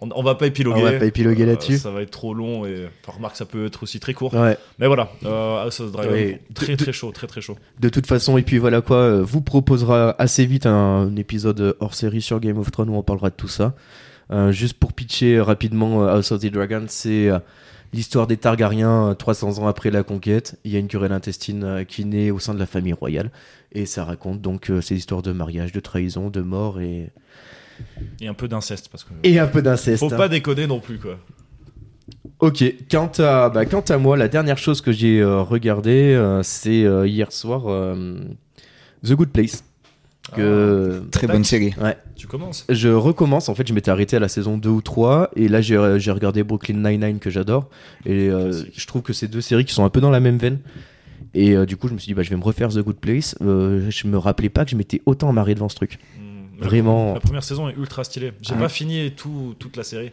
on, on va pas épiloguer.
Ah,
Euh,
On va pas épiloguer là-dessus.
Ah, Ça va être trop long et enfin, remarque, ça peut être aussi très court.
Ouais.
Mais voilà, euh, House of the Dragon,
Oui.
très très chaud, très très chaud.
De toute façon, et puis voilà quoi, euh, vous proposera assez vite un, épisode hors série sur Game of Thrones où on parlera de tout ça. Euh, juste pour pitcher euh, rapidement euh, House of the Dragon, c'est euh, l'histoire des Targaryens euh, 300 ans après la conquête. Il y a une querelle intestine euh, qui naît au sein de la famille royale et ça raconte donc euh, ces histoires de mariage, de trahison, de mort et,
Et un peu d'inceste parce que.
et un peu d'inceste.
faut
hein.
pas déconner non plus quoi.
Ok, quant à, bah, quant à moi, la dernière chose que j'ai euh, regardée, euh, c'est euh, hier soir euh, The Good Place. Que... euh,
Très bonne série.
Ah, tu commences.
Je recommence, en fait, je m'étais arrêté à la saison 2 ou 3, et là j'ai j'ai regardé Brooklyn Nine-Nine que j'adore, et euh,
Classique.
je trouve que ces deux séries qui sont un peu dans la même veine. Et euh, du coup, je me suis dit, bah, je vais me refaire The Good Place. Euh, je me rappelais pas que je m'étais autant marré devant ce truc.
Mm, la-
Vraiment.
La première saison est ultra stylée. J'ai
Ah Ouais.
pas fini tout, toute la série,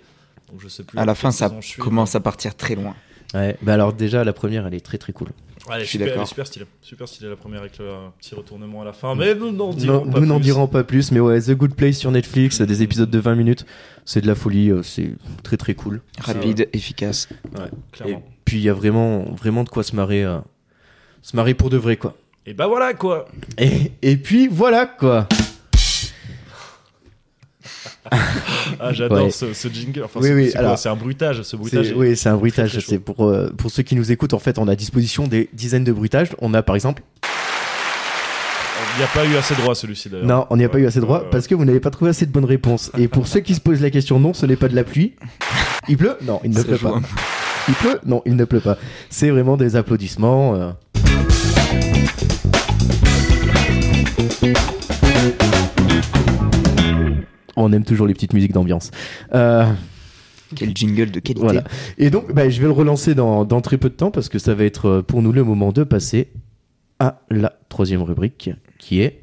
donc je sais plus.
À la
quelle
fin, ça
saison je suis,
commence à partir très loin.
Ouais. Bah, alors, déjà, la première, elle est très très cool.
mais- Ouais, elle est
Je suis
super- elle est
d'accord.
Super stylée, super stylée la première avec le euh, petit retournement à la fin. Mais nous n'en
Non,
dirons pas
Mm. nous n'en
plus.
dirons pas plus, mais ouais, The Good Place sur Netflix,
Mm.
des épisodes de 20 minutes, c'est de la folie, euh, c'est très très cool.
Rapide, efficace.
Et
Clairement.
puis, il y a vraiment, vraiment de quoi se marrer, euh, se marrer pour de vrai, quoi.
et bah voilà quoi.
Et, et puis voilà quoi.
Ah, j'adore
Ouais.
ce, ce jingle. Enfin,
Oui,
c'est-
oui,
c'est quoi
alors-
c'est un bruitage. Ce bruitage.
C'est-
est-
Oui, c'est un bruitage.
très chaud.
C'est pour, euh, pour ceux qui nous écoutent, en fait, on a à disposition des dizaines de bruitages. On a par exemple.
Il n'y a pas eu assez droit celui-ci d'ailleurs.
Non, on n'y a pas
Ouais,
eu assez droit
euh,
parce que vous n'avez pas trouvé assez de bonnes réponses. Et pour ceux qui se posent la question, non, ce n'est pas de la pluie. Il pleut Non, il ne
Ça
pleut
joue
pas.
un
Il pleut Non, il ne pleut pas. C'est vraiment des applaudissements. euh. On aime toujours les petites musiques d'ambiance. Euh,
Quel jingle de qualité.
Voilà. Et donc, bah, je vais le relancer dans, dans très peu de temps parce que ça va être euh, pour nous le moment de passer à la troisième rubrique qui est.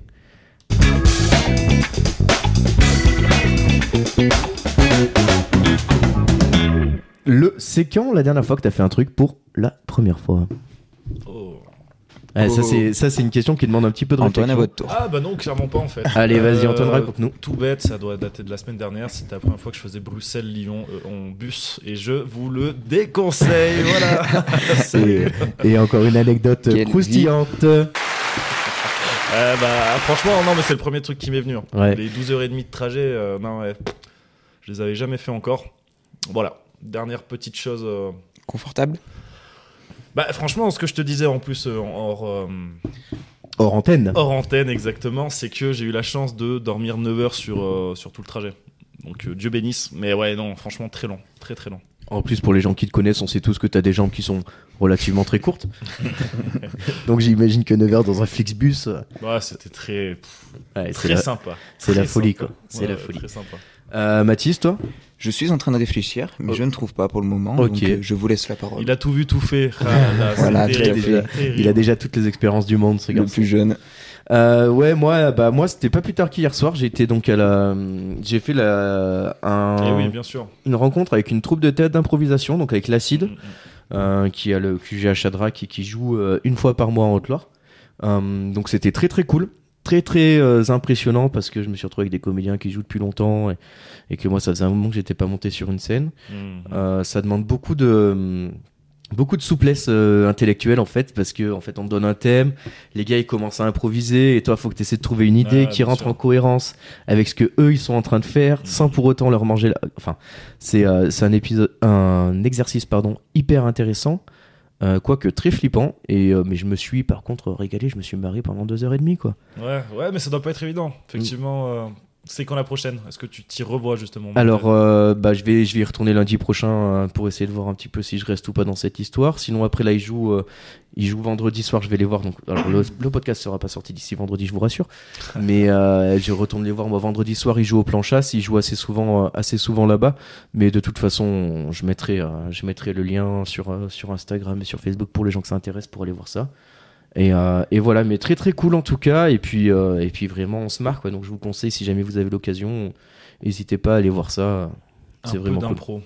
Le c'est quand la dernière fois que t'as fait un truc pour la première fois
oh.
Ouais, Ah, Ça
Oh.
c'est ça c'est une question qui demande un petit peu de
Antoine, à
réflexion.
votre tour.
Ah bah non, clairement pas en fait.
Allez vas-y
Euh,
Antoine raconte-nous.
Tout bête, ça doit dater de la semaine dernière. C'était la première fois que je faisais Bruxelles-Lyon euh, en bus et je vous le déconseille. voilà.
Et,
Salut.
et encore une anecdote
Quelle vie.
croustillante.
Euh, bah franchement, non, mais c'est le premier truc qui m'est venu. hein.
Ouais.
Les 12h30 de trajet, euh, non, ouais. Je les avais jamais fait encore. Voilà. Dernière petite chose. euh,
Confortable
Bah franchement, ce que je te disais en plus euh, en- hors, euh,
Hors antenne.
hors antenne exactement, c'est que j'ai eu la chance de dormir 9 heures sur, euh, sur tout le trajet. Donc euh, Dieu bénisse, mais ouais non, franchement très long, très très long.
En plus, pour les gens qui te connaissent, on sait tous que tu as des jambes qui sont relativement très courtes. Donc j'imagine que 9h dans un Flixbus, euh,
Ouais, Bah, c'était très pff,
ouais, c'est
très
la,
sympa.
c'est la
Très
folie,
sympa.
quoi. C'est la
ouais,
folie.
Très sympa.
Euh, Mathis, toi
Je suis en train de réfléchir, mais
Oh.
je ne trouve pas pour le moment.
Ok.
Donc euh, je vous laisse la parole.
Il a tout vu, tout fait. Ah là là, c'est
Voilà,
terrible,
tout à
terrible.
Il a déjà toutes les expériences du monde, ce
le
garçon.
plus jeune.
Euh, ouais, moi, bah, moi c'était pas plus tard qu'hier soir. J'étais donc à la. J'ai fait la,
Eh
un-
oui, bien sûr.
une rencontre avec une troupe de théâtre d'improvisation, donc avec l'Acide.
Mm, mm.
euh, qui a le QG à Shadrach et qui joue euh, une fois par mois en Haute-Loire. Euh, donc c'était très très cool, très très euh, impressionnant parce que je me suis retrouvé avec des comédiens qui jouent depuis longtemps et, et que moi ça faisait un moment que j'étais pas monté sur une scène.
Mm.
Euh, ça demande beaucoup de hum, beaucoup de souplesse euh, intellectuelle en fait parce que en fait on te donne un thème, les gars ils commencent à improviser et toi faut que tu essaies de trouver une idée
Ouais,
qui
bien
rentre
sûr. Mm.
en cohérence avec ce que eux ils sont en train de faire sans pour autant leur manger la... enfin c'est euh, c'est un épisode un exercice pardon hyper intéressant euh, quoique très flippant et euh, mais je me suis par contre régalé je me suis marré pendant deux heures et demie quoi
Ouais, ouais, mais ça doit pas être évident.
Mm.
Effectivement, euh, c'est quand la prochaine Est-ce que tu t'y revois justement
Alors, euh, bah, je vais, je vais y retourner lundi prochain euh, pour essayer de voir un petit peu si je reste ou pas dans cette histoire. Sinon, après là, ils jouent, euh, ils jouent vendredi soir. Je vais les voir. Donc, alors, le, le podcast sera pas sorti d'ici vendredi, je vous rassure. Mais euh, je retourne les voir. Moi, vendredi soir, ils jouent au Planchas. Ils jouent assez souvent, euh, assez souvent là-bas. Mais de toute façon, je mettrai, euh, je mettrai le lien sur euh, sur Instagram et sur Facebook pour les gens que ça intéresse pour aller voir ça. Et, euh, et voilà, mais très très cool en tout cas. Et puis, euh, et puis vraiment, on se marre quoi. Donc, je vous conseille si jamais vous avez l'occasion, n'hésitez pas à aller voir ça.
Un
euh, C'est
peu
vraiment cool.
d'impro.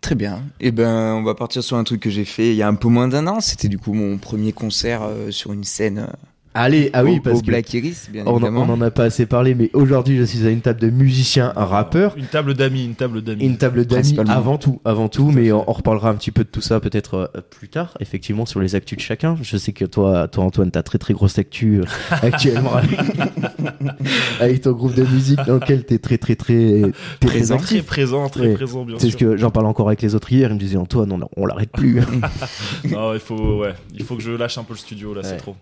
Très bien. Eh ben, on va partir sur un truc que j'ai fait il y a un peu moins d'un an. C'était du coup mon premier concert euh, sur une scène euh,
Allez, ah oui,
au,
parce
au
que
Black Iris, bien
on, en-
évidemment.
on en a pas assez parlé, mais aujourd'hui, je suis à une table de musiciens, un rappeur,
Une table d'amis, une table d'amis.
une table d'amis
Principalement.
Euh, avant tout, avant tout.
à
Mais
fait.
on, on reparlera un petit peu de tout ça peut-être euh, plus tard, effectivement, sur les actus de chacun. Je sais que toi, toi Antoine, t'as très très grosse actu euh, actuellement avec, avec ton groupe de musique dans lequel t'es très très très t'es très
Présent.
actif.
Très présent, très
Ouais.
présent, bien
C'est
sûr.
ce que j'en parlais encore avec les autres hier, ils me disaient Antoine, on, on l'arrête plus.
Non, il faut, ouais, il faut que je lâche un peu le studio là,
Ouais.
c'est trop.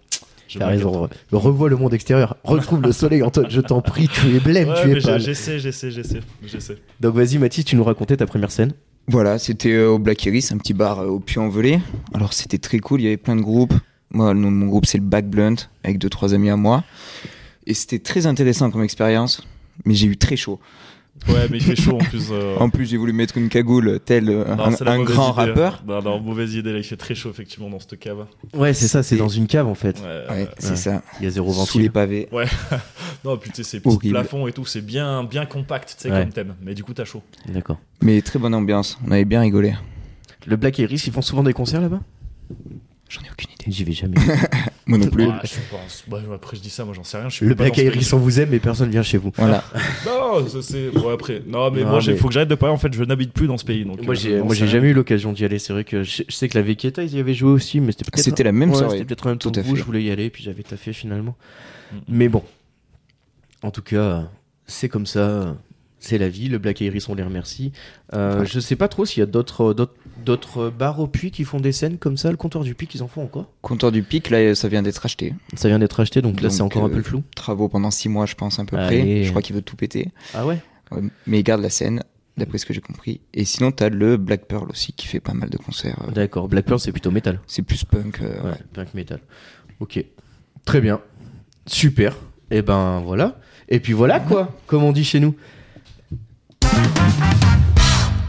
Je
T'as
m'inquiète.
raison, re- revois le monde extérieur, retrouve le soleil Antoine, je t'en prie, tu es blême,
Ouais,
tu
mais
es
j'ai-
pâle.
j'essaie, j'essaie, j'essaie, j'essaie.
Donc vas-y Mathis, tu nous racontais ta première scène.
Voilà, c'était euh, au Black Iris, un petit bar euh, au Puy-en-Velay. Alors c'était très cool, il y avait plein de groupes. Moi, le nom de mon groupe c'est le Back Blunt, avec deux trois amis à moi. Et c'était très intéressant comme expérience, mais j'ai eu très chaud.
Ouais, mais il fait chaud en plus. euh,
En plus, j'ai voulu mettre une cagoule tel euh,
non,
un,
c'est la
un
mauvaise
grand
idée.
rappeur.
Non, non, mauvaise idée, là, il fait très chaud effectivement dans cette cave.
Ouais, c'est ça, c'est
C'est-
dans une cave en fait.
Ouais,
Ouais,
euh,
c'est
Ouais.
ça.
Il y a zéro
Sous les
ventile.
pavés.
Non, putain, c'est petit
Horrible.
plafond et tout, c'est bien, bien compact, tu sais,
Ouais.
comme thème. Mais du coup, t'as chaud.
D'accord.
Mais très bonne ambiance, on avait bien rigolé.
Le Black Iris, ils font souvent des concerts là-bas
J'en ai aucune idée.
J'y vais jamais.
Moi non plus.
Ouais, Ah, je pense. Ouais, après, je dis ça, moi, j'en sais rien. Je suis
le
pas dans
Black
ce pays.
Iris, on vous aime, mais personne vient chez vous.
Voilà.
Non, ça, c'est. Bon, après. Non, mais
Non,
moi, il
mais-
faut que j'arrête de parler. En fait, je n'habite plus dans ce pays. Donc,
Moi,
euh,
j'ai,
j'en
moi,
sais
j'ai
rien.
jamais eu l'occasion d'y aller. C'est vrai que je, je sais que la Vegeta, ils y avaient joué aussi, mais c'était peut-être.
C'était la même
Ouais,
soirée.
C'était peut-être un même
Tout
temps que
à
vous,
fait.
je voulais y aller, puis j'avais taffé finalement.
Mm.
Mais bon. En tout cas, euh, c'est comme ça, c'est la vie. Le Black Iris, on les remercie. Euh, Je sais pas trop s'il y a d'autres euh, d'autres- d'autres bars au puits qui font des scènes comme ça. Le comptoir du puits, ils en font encore
Comptoir du pic, là, ça vient d'être acheté.
Ça vient d'être acheté, donc là,
Donc,
c'est encore un peu
euh,
le flou.
Travaux pendant 6 mois, je pense, à peu
Allez.
près. Je crois qu'il veut tout péter.
Ah ouais
Ouais, Mais il garde la scène, d'après ce que j'ai compris. Et sinon, t'as le Black Pearl aussi, qui fait pas mal de concerts. euh,
D'accord. Black Pearl, c'est plutôt métal.
C'est plus punk. euh,
Ouais,
ouais.
punk metal. Ok. Très bien. Super. Et ben voilà. Et puis voilà
Mhm.
quoi, comme on dit chez nous.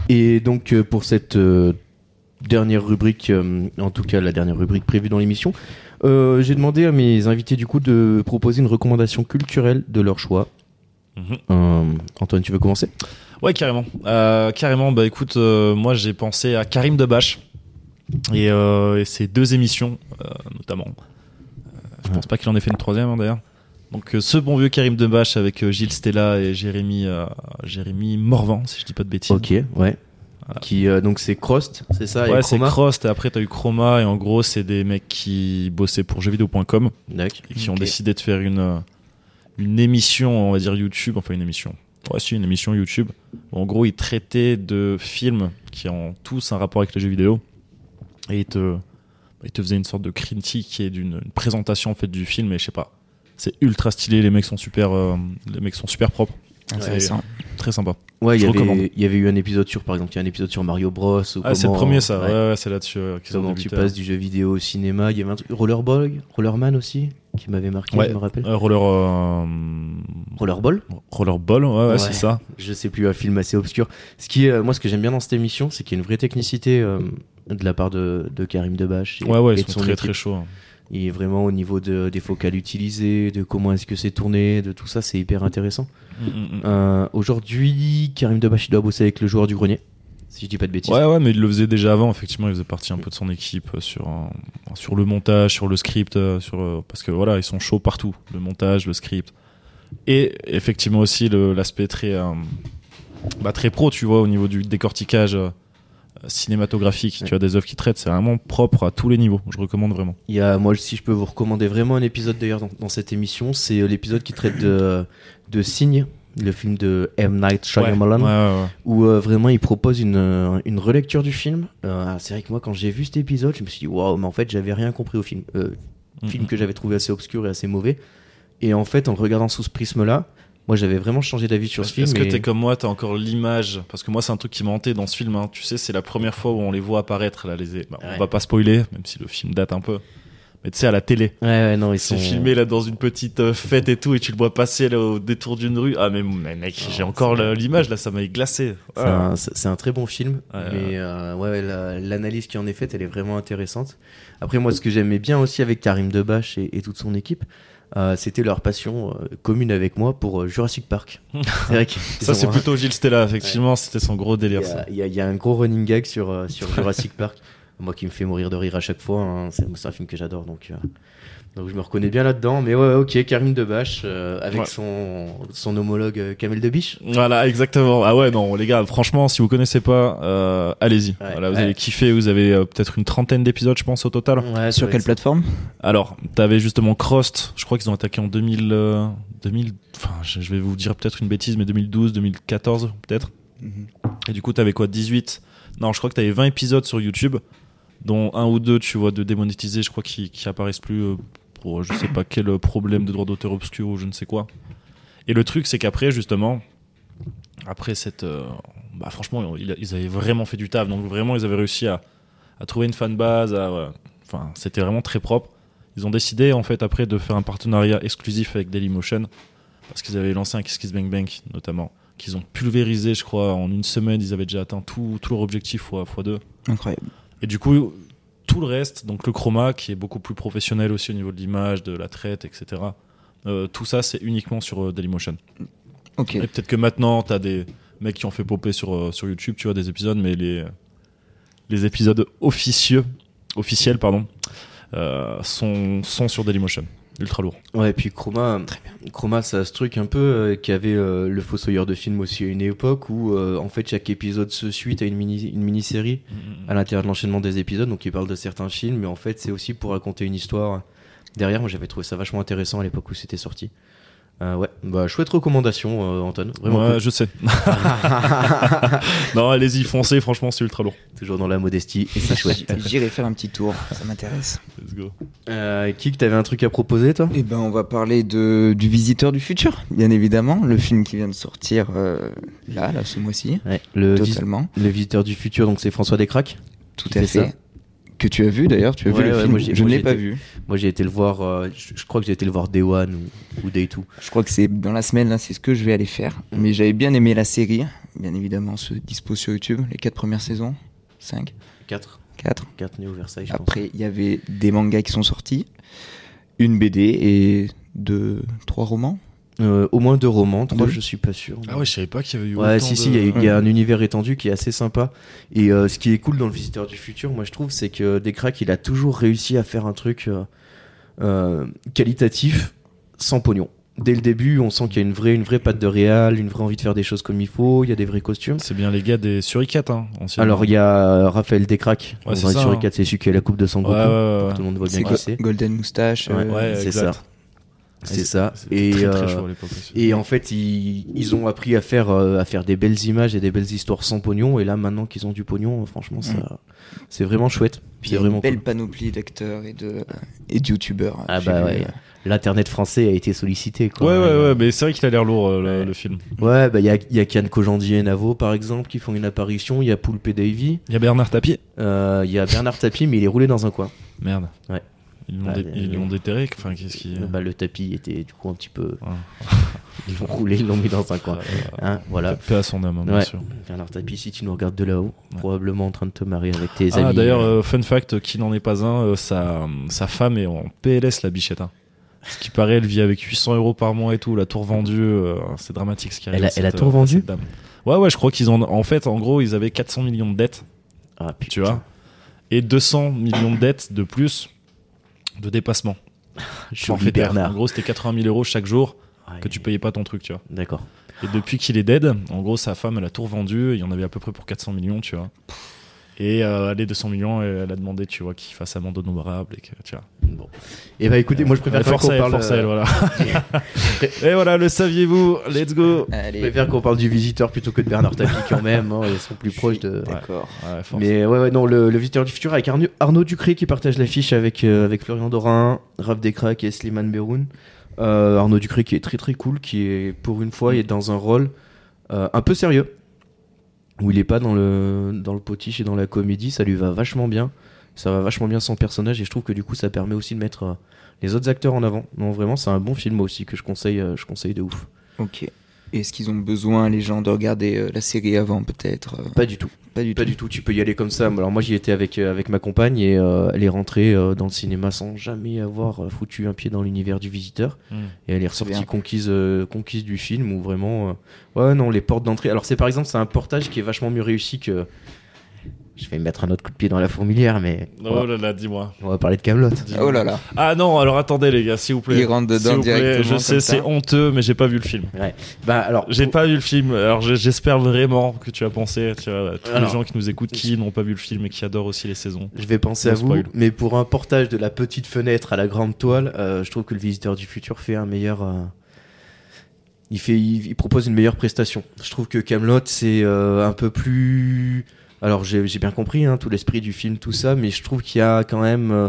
Et donc euh, pour cette euh, dernière rubrique, euh, en tout cas la dernière rubrique prévue dans l'émission, euh, j'ai demandé à mes invités du coup de proposer une recommandation culturelle de leur choix.
Mhm.
Euh, Antoine, tu veux commencer
Ouais, carrément. Euh, carrément, bah écoute, euh, moi j'ai pensé à Karim Debache et, euh, et ses deux émissions, euh, notamment. Euh, je pense pas qu'il en ait fait une troisième hein, d'ailleurs. Donc euh, ce bon vieux Karim Debache avec euh, Gilles Stella et Jérémy, euh, Jérémy Morvan, si je dis pas de bêtises.
Ok, ouais. Qui euh, donc c'est Crost, c'est ça
Ouais,
et
c'est
Chroma
Crost et après t'as eu Chroma et en gros c'est des mecs qui bossaient pour jeuxvideo.com
D'accord.
et qui ont
Ok.
décidé de faire une, euh, une émission, on va dire YouTube, enfin une émission. Ouais, si, une émission YouTube. En gros, ils traitaient de films qui ont tous un rapport avec les jeux vidéo. Et ils te, bah, ils te faisaient une sorte de critique et d'une une présentation en fait du film. Et je sais pas, c'est ultra stylé. Les mecs sont super, euh, les mecs sont super propres.
Intéressant.
Très sympa.
Ouais, il y
Je
avait-
recommande.
il y avait eu un épisode sur, par exemple, il y a un épisode sur Mario Bros. Ou
Ah, c'est le
comment-
premier ça.
ouais,
Ouais, ouais, c'est là-dessus. euh, qu'ils ont
Comment tu
débuté.
passes du jeu vidéo au cinéma. Il y avait un truc, Rollerball, Rollerman aussi, qui m'avait marqué,
Ouais.
je me rappelle.
Euh, roller, euh,
Rollerball,
rollerball, ouais, ouais,
Ouais.
c'est ça.
je sais plus, un film assez obscur. Ce qui est, euh, moi, ce que j'aime bien dans cette émission, c'est qu'il y a une vraie technicité euh, de la part de, de Karim Debache. et-
Ouais, ouais,
et
ils
de
sont
son
très
équipe.
très chauds. hein.
Et vraiment au niveau de- des focales utilisées, de comment est-ce que c'est tourné, de tout ça, c'est hyper intéressant.
Mm, mm, mm.
Euh, Aujourd'hui, Karim Debache, il doit bosser avec le joueur du grenier, si je dis pas de bêtises.
Ouais, ouais, mais il le faisait déjà avant, effectivement, il faisait partie un peu de son équipe euh, sur, euh, sur le montage, sur le script, euh, sur, euh, parce que voilà, ils sont chauds partout, le montage, le script. Et effectivement aussi le- l'aspect très, euh, bah, très pro, tu vois, au niveau du décortiquage euh, cinématographique,
Ouais.
tu as des œuvres qui traitent, c'est vraiment propre à tous les niveaux, je recommande vraiment.
Il y a, moi, si je peux vous recommander vraiment un épisode d'ailleurs dans, dans cette émission, c'est euh, l'épisode qui traite de, de Signe, le film de M. Night Shyamalan,
Ouais, ouais, ouais.
où euh, vraiment il propose une, euh, une relecture du film. Euh, ah, c'est vrai que moi, quand j'ai vu cet épisode, je me suis dit, waouh, mais en fait, j'avais rien compris au film. Euh,
Mm,
Film que j'avais trouvé assez obscur et assez mauvais. Et en fait, en le regardant sous ce prisme-là, moi, j'avais vraiment changé d'avis sur ce film.
Est-ce
et-
que t'es comme moi, t'as encore l'image Parce que moi, c'est un truc qui m'a hanté dans ce film. hein. Tu sais, c'est la première fois où on les voit apparaître. Là, les... bah,
Ouais.
On va pas spoiler, même si le film date un peu. Mais tu sais, à la télé,
Ouais, ouais, non, ils
c'est
sont
filmé là dans une petite euh, fête et tout, et tu le vois passer là, au détour d'une rue. Ah mais, mais mec, j'ai encore le- l'image là, ça m'a glacé.
C'est
Ah.
un- C'est c'est un, très bon film,
Ouais,
mais euh, ouais, la- l'analyse qui en est faite, elle est vraiment intéressante. Après, moi, ce que j'aimais bien aussi avec Karim Debache et, et toute son équipe, euh, c'était leur passion euh, commune avec moi pour euh, Jurassic Park. C'est vrai qu'ils
Ça
ont
c'est
un-
plutôt Gilles Stella, effectivement, c'était son gros
il y,
délire. Ça.
a- il y a- il y a un gros running gag sur, euh, sur Jurassic Park, moi qui me fait mourir de rire à chaque fois. hein. C'est c'est un film que j'adore, donc, euh, donc je me reconnais bien là-dedans. Mais ouais, ok, Karim Debache euh, avec
Ouais.
son, son homologue euh, Kamel Debiche.
Voilà, exactement. Ah ouais, non, les gars, franchement, si vous connaissez pas, euh, allez-y. Voilà, vous
ouais.
allez kiffer. Vous avez euh, peut-être une trentaine d'épisodes, je pense, au total.
Ouais,
Sur
ouais,
quelle plateforme
Alors, t'avais justement Crost, je crois qu'ils ont attaqué en 2000, euh, 2000 enfin, je je vais vous dire peut-être une bêtise, mais 2012, 2014, peut-être.
Mm-hmm.
Et du coup, t'avais quoi 18 Non, je crois que t'avais 20 épisodes sur YouTube, dont un ou deux, tu vois, de démonétisés, je crois, qui, qui apparaissent plus euh, pour euh, je sais pas quel euh, problème de droit d'auteur obscur ou je ne sais quoi. Et le truc, c'est qu'après, justement, après cette. euh, bah, franchement, ils ils avaient vraiment fait du taf, donc vraiment, ils avaient réussi à, à trouver une fanbase, à. voilà. Enfin, c'était vraiment très propre. Ils ont décidé, en fait, après, de faire un partenariat exclusif avec Dailymotion, parce qu'ils avaient lancé un Kiss Kiss Bang Bang, notamment qu'ils ont pulvérisé, je crois, en une semaine, ils avaient déjà atteint tout, tout leur objectif fois, fois deux.
Incroyable.
Et du coup, tout le reste, donc le chroma, qui est beaucoup plus professionnel aussi au niveau de l'image, de la traite, etc. euh, tout ça, c'est uniquement sur euh, Dailymotion.
Ok.
Et peut-être que maintenant, t'as des mecs qui ont fait popper sur, euh, sur YouTube, tu vois, des épisodes, mais les, les épisodes officieux, officiels, pardon, euh, sont, sont sur Dailymotion. Ultra lourd.
Ouais, et puis Chroma, Chroma, ça a ce truc un peu euh, qui avait euh, le fossoyeur de film aussi à une époque où euh, en fait chaque épisode se suit à une mini une mini série à l'intérieur de l'enchaînement des épisodes. Donc il parle de certains films, mais en fait c'est aussi pour raconter une histoire derrière. Moi j'avais trouvé ça vachement intéressant à l'époque où c'était sorti. Euh, ouais, bah, chouette recommandation, euh, Anton. Vraiment
Ouais, je sais. non, allez-y, foncez, franchement, c'est ultra lourd.
cool. Toujours dans la modestie et ça chouette.
J'irai faire un petit tour, ça m'intéresse.
Let's go.
Euh, Kik, t'avais un truc à proposer, toi
Eh ben, on va parler de, du Visiteur du Futur, bien évidemment, le film qui vient de sortir euh, là, là, ce mois-ci.
Ouais, le, Euh, vis-
Totalement,
le visiteur du futur, donc c'est François Descraques.
tout
qui
à
fait
fait.
ça.
Que tu as vu d'ailleurs, tu as
Ouais,
vu le
ouais,
film.
moi, j'ai-
je
moi,
ne l'ai
j'ai
pas
été-
vu.
Moi, j'ai été le voir, euh, je, je crois que j'ai été le voir Day One ou, ou Day Two.
Je crois que c'est dans la semaine, là, c'est ce que je vais aller faire.
Mm.
Mais j'avais bien aimé la série, bien évidemment, ce dispo sur YouTube, les quatre premières saisons, 5,
4
4.
4 Néo-Versailles, je pense.
Après, il y avait des mangas qui sont sortis, une BD et deux, trois romans.
Euh, au moins deux romans, trois,
Deux.
je suis pas sûr.
Ah ouais, je savais pas qu'il y avait eu
Ouais,
autant
si,
de-
si, il y a- il y, a un univers étendu qui est assez sympa. Et euh, ce qui est cool dans Le Visiteur du Futur, moi je trouve, c'est que Descraques, il a toujours réussi à faire un truc euh, euh, qualitatif sans pognon. Dès le début, on sent qu'il y a une vraie, une vraie patte de réal, une vraie envie de faire des choses comme il faut, il y a des vrais costumes.
C'est bien les gars des Suricates, hein. anciens.
Alors il y a euh, Raphaël Descraques,
Ouais,
on
c'est
va
ça,
sur les
hein.
quatre, c'est celui qui a la coupe de Sangoku.
Ouais, ouais, ouais, ouais.
Tout le monde voit bien
C'est
qui
Go-
c'est.
Golden Moustache.
Ouais,
euh,
Ouais,
c'est
exact.
ça. C'est
Ah, c'est-
ça.
C'était
Et
très, très
euh,
chaud à l'époque aussi.
et en fait, ils, ils ont appris à faire, euh, à faire des belles images et des belles histoires sans pognon. Et là, maintenant qu'ils ont du pognon, euh, franchement, ça, c'est vraiment chouette.
Mm. Puis il y
C'est
a une
vraiment
belle
cool.
panoplie d'acteurs et de et de youtubeurs.
Ah
J'ai
bah
vu,
ouais.
euh,
L'internet français a été sollicité.
Ouais,
Quoi.
ouais, ouais, mais c'est vrai qu'il a l'air lourd euh, le,
Ouais.
le film.
Ouais, bah il y a, il y a Kian Kojandi et Navo, par exemple, qui font une apparition. Il y a Poulpe Davy.
Il y a Bernard Tapie.
Euh, Il y a Bernard Tapie, mais il est roulé dans un coin.
Merde.
Ouais. Ah,
Ils l'ont
Ouais,
dé-
mais-
ils l'ont déterré. Enfin, qu'est-ce qui. euh,
Bah, le tapis était du coup un petit peu.
Ouais.
Ils l'ont roulé, ils l'ont mis dans un coin. Hein, voilà.
Paix euh, à son âme, hein, bien
Ouais.
sûr.
Bernard Tapie, si tu nous regardes de là-haut,
Ouais.
probablement en train de te marier avec tes amis.
Ah, d'ailleurs, euh, fun fact, qui n'en est pas un, euh, sa, sa femme est en PLS, la bichette. hein. Ce qui paraît, elle vit avec 800 euros par mois et tout, la tour vendue, euh, c'est dramatique ce qui arrive.
Elle a-
à cette,
elle a tout
euh,
revendu
cette dame. Ouais, ouais, je crois qu'ils en. En fait, en gros, ils avaient 400 millions de dettes,
Ah, putain.
tu vois, et 200 millions de dettes de plus de dépassement.
Joli Bernard.
En gros, c'était 80 000 euros chaque jour
Ouais,
que tu payais pas ton truc, tu vois.
D'accord.
Et depuis qu'il est dead, en gros, sa femme, elle a tout revendu. Il y en avait à peu près pour 400 millions, tu vois. Et euh, les 200 millions, elle elle a demandé, tu vois, qu'il fasse amende honorable et que, tu vois.
Bon. Et bah écoutez, moi je préfère
Euh, Ouais,
quand même
force
qu'on
à elle,
parle.
force à elle,
euh,
voilà. et voilà, le saviez-vous Let's go
Je
allez,
préfère qu'on parle du visiteur plutôt que de Bernard Tapie quand même. hein, ils sont plus
je
proches
suis
de.
D'accord.
Ouais, force.
Mais ouais, ouais, non, le, le visiteur du futur avec Arnaud, Arnaud Ducré qui partage l'affiche avec, euh, avec Florian Dorin, Raph Descraques et Slimane Beroun. Euh, Arnaud Ducré qui est très très cool, qui est pour une fois il est dans un rôle euh, un peu sérieux, où il est pas dans le, dans le potiche et dans la comédie, ça lui va vachement bien. Ça va vachement bien son personnage et je trouve que du coup ça permet aussi de mettre euh, les autres acteurs en avant. Non, vraiment, c'est un bon film moi aussi que je conseille, euh, je conseille de ouf.
Ok. Est-ce qu'ils ont besoin, les gens, de regarder euh, la série avant, peut-être euh,
Pas du tout.
Pas du
Pas du tout, tu peux y aller comme ça. Alors moi j'y étais avec, euh, avec ma compagne et euh, elle est rentrée euh, dans le cinéma sans jamais avoir euh, foutu un pied dans l'univers du visiteur.
Mm.
Et elle est ressortie
bien.
conquise, euh, conquise du film où vraiment... euh, Ouais non, les portes d'entrée... Alors c'est par exemple, c'est un portage qui est vachement mieux réussi que... Je vais mettre un autre coup de pied dans la fourmilière, mais on va,
Oh là là, dis-moi.
on va parler de Camelot.
Oh là là.
Ah non, alors attendez, les gars, s'il vous plaît.
Ils rentrent dedans
S'il vous plaît,
directement
Je sais,
comme
c'est
ça.
honteux, mais j'ai pas vu le film.
Bah alors,
J'ai
pour-
pas vu le film, alors je- j'espère vraiment que tu as pensé, tu vois, tous
Alors.
les gens qui nous écoutent qui n'ont pas vu le film et qui adorent aussi les saisons.
je vais penser
Mm. No
à vous,
spoil.
mais pour un portage de la petite fenêtre à la grande toile, euh, je trouve que le visiteur du futur fait un meilleur. euh, il, fait, il, il propose une meilleure prestation. Je trouve que Camelot c'est euh, un peu plus. Alors j'ai j'ai bien compris hein, tout l'esprit du film, tout ça, mais je trouve qu'il y a quand même euh,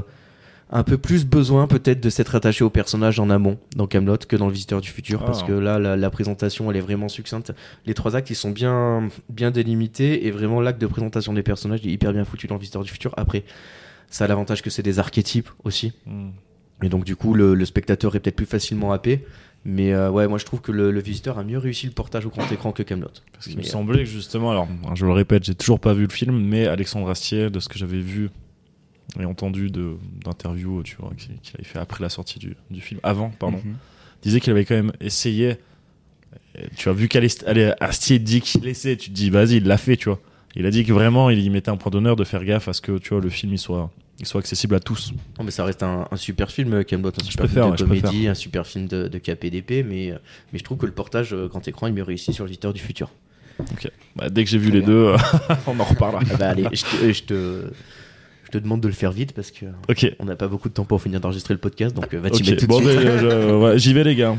un peu plus besoin peut-être de s'être attaché au personnage en amont dans Camelot que dans le visiteur du futur,
Ah.
parce que là la, la présentation elle est vraiment succincte. Les trois actes ils sont bien bien délimités et vraiment l'acte de présentation des personnages est hyper bien foutu dans le visiteur du futur. Après ça a l'avantage que c'est des archétypes aussi.
Mm.
Et donc, du coup, le, le spectateur est peut-être plus facilement happé. Mais euh, ouais, moi je trouve que le, le visiteur a mieux réussi le portage au grand écran que Camelot. euh,
Parce qu'il me semblait que justement, alors je le répète, j'ai toujours pas vu le film, mais Alexandre Astier, de ce que j'avais vu et entendu de- d'interviews, tu vois, qu'il qu'il avait fait après la sortie du, du film, avant, pardon,
Mhm.
disait qu'il avait quand même essayé. Et Tu as vu qu'Astier dit qu'il essaie, tu te dis, vas-y, il l'a fait, tu vois. Il a dit que vraiment, il y mettait un point d'honneur de faire gaffe à ce que, tu vois, le film, il soit, il soit accessible à tous.
Non, mais ça reste un, un super film, euh, Camelot, un super
préfère,
film
ouais,
de
je
comédie, un super film de, de KPDP. Mais, euh, mais je trouve que le portage euh, grand écran est mieux réussi sur le visiteur du futur.
Bah, dès que j'ai vu
Très
les
bien.
deux, on en reparlera.
Ah bah allez, je te, je te, je te te demande de le faire vite parce que
Ok.
on n'a pas beaucoup de temps pour finir d'enregistrer le podcast, donc euh, va t'y
Ok.
mettre tout
Bon,
de suite.
ben, je- je- ouais, j'y vais, les gars.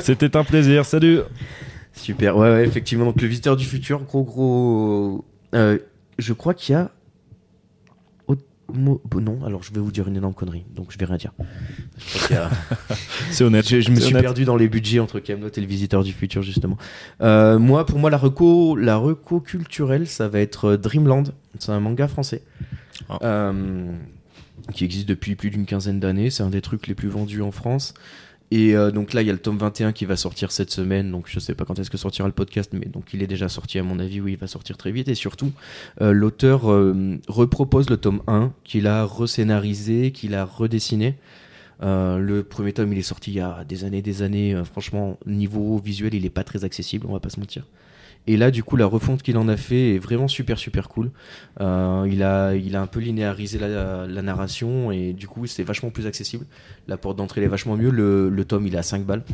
C'était un plaisir. Salut.
Super, ouais, ouais, effectivement. Donc, le visiteur du futur, gros, gros. euh, je crois qu'il y a. autre mot- bon, Non, alors je vais vous dire une énorme connerie, donc je vais rien dire. Je crois qu'il y a-
C'est honnête.
Je, je me
C'est
suis
honnête.
perdu dans les budgets entre Camelot et le visiteur du futur justement. Euh, moi, pour moi, la reco, la reco culturelle, ça va être euh, Dreamland. C'est un manga français
Ah.
Euh, qui existe depuis plus d'une quinzaine d'années. C'est un des trucs les plus vendus en France. Et euh, donc là, il y a le tome 21 qui va sortir cette semaine. Donc je sais pas quand est-ce que sortira le podcast, mais donc il est déjà sorti à mon avis. Oui, il va sortir très vite. Et surtout, euh, l'auteur euh, repropose le tome 1 qu'il a rescénarisé, qu'il a redessiné. Euh, le premier tome, il est sorti il y a des années, des années. Euh, franchement, niveau visuel, il est pas très accessible, on va pas se mentir. Et là, du coup, la refonte qu'il en a fait est vraiment super, super cool. Euh, il, a, il a un peu linéarisé la, la narration et du coup, c'est vachement plus accessible. La porte d'entrée, elle est vachement mieux. Le, le tome, il est à 5 balles.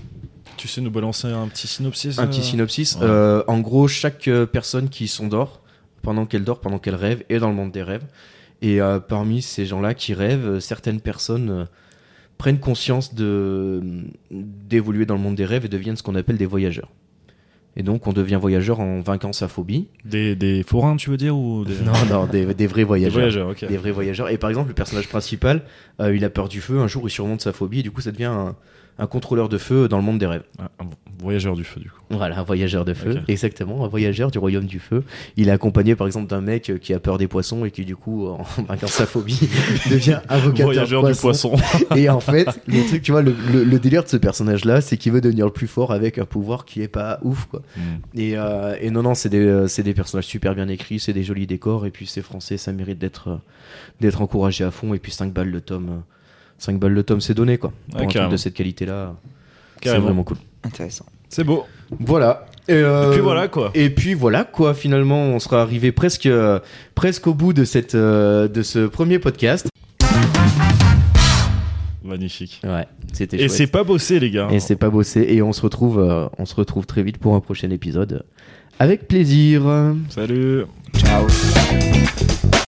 Tu sais nous balancer un petit synopsis
Un petit
euh,
synopsis.
ouais.
Euh, en gros, chaque euh, personne qui s'endort, pendant qu'elle dort, pendant qu'elle rêve, est dans le monde des rêves. Et euh, parmi ces gens-là qui rêvent, euh, certaines personnes euh, prennent conscience de d'évoluer dans le monde des rêves et deviennent ce qu'on appelle des voyageurs. Et donc, on devient voyageur en vainquant sa phobie.
Des, des forains, tu veux dire ou des...
Non, non, des, des vrais
Des
voyageurs.
voyageurs, ok.
Des vrais voyageurs. Et par exemple, le personnage principal, euh, il a peur du feu. Un jour, il surmonte sa phobie et du coup, ça devient un- un contrôleur de feu dans le monde des rêves.
Ah, un voyageur du feu, du coup.
Voilà, un voyageur de feu,
Ok.
exactement, un voyageur du royaume du feu. Il est accompagné par exemple d'un mec euh, qui a peur des poissons et qui du coup, en vainquant sa phobie, devient avocat
Voyageur du poisson.
Et en fait, le truc, tu vois, le, le- le délire de ce personnage-là, c'est qu'il veut devenir le plus fort avec un pouvoir qui est pas ouf, quoi.
Hmm.
Et, euh, et non, non, c'est des, euh, c'est des personnages super bien écrits, c'est des jolis décors, et puis c'est français, ça mérite d'être euh, d'être encouragé à fond, et puis 5 balles le tome. 5 balles le tome, c'est donné, quoi. Pour
Ah,
un truc
carrément.
de cette qualité-là, c'est
Carrément.
vraiment cool.
Intéressant.
C'est beau.
Voilà. Et, euh,
Et puis voilà, quoi.
Et puis voilà quoi, finalement, on sera arrivé presque, euh, presque au bout de, cette, euh, de ce premier podcast.
Magnifique.
Ouais, c'était
Et c'est
chouette.
pas bossé, les gars.
Et c'est pas bossé. Et on se retrouve, euh, on se retrouve très vite pour un prochain épisode. Avec plaisir.
Salut.
Ciao.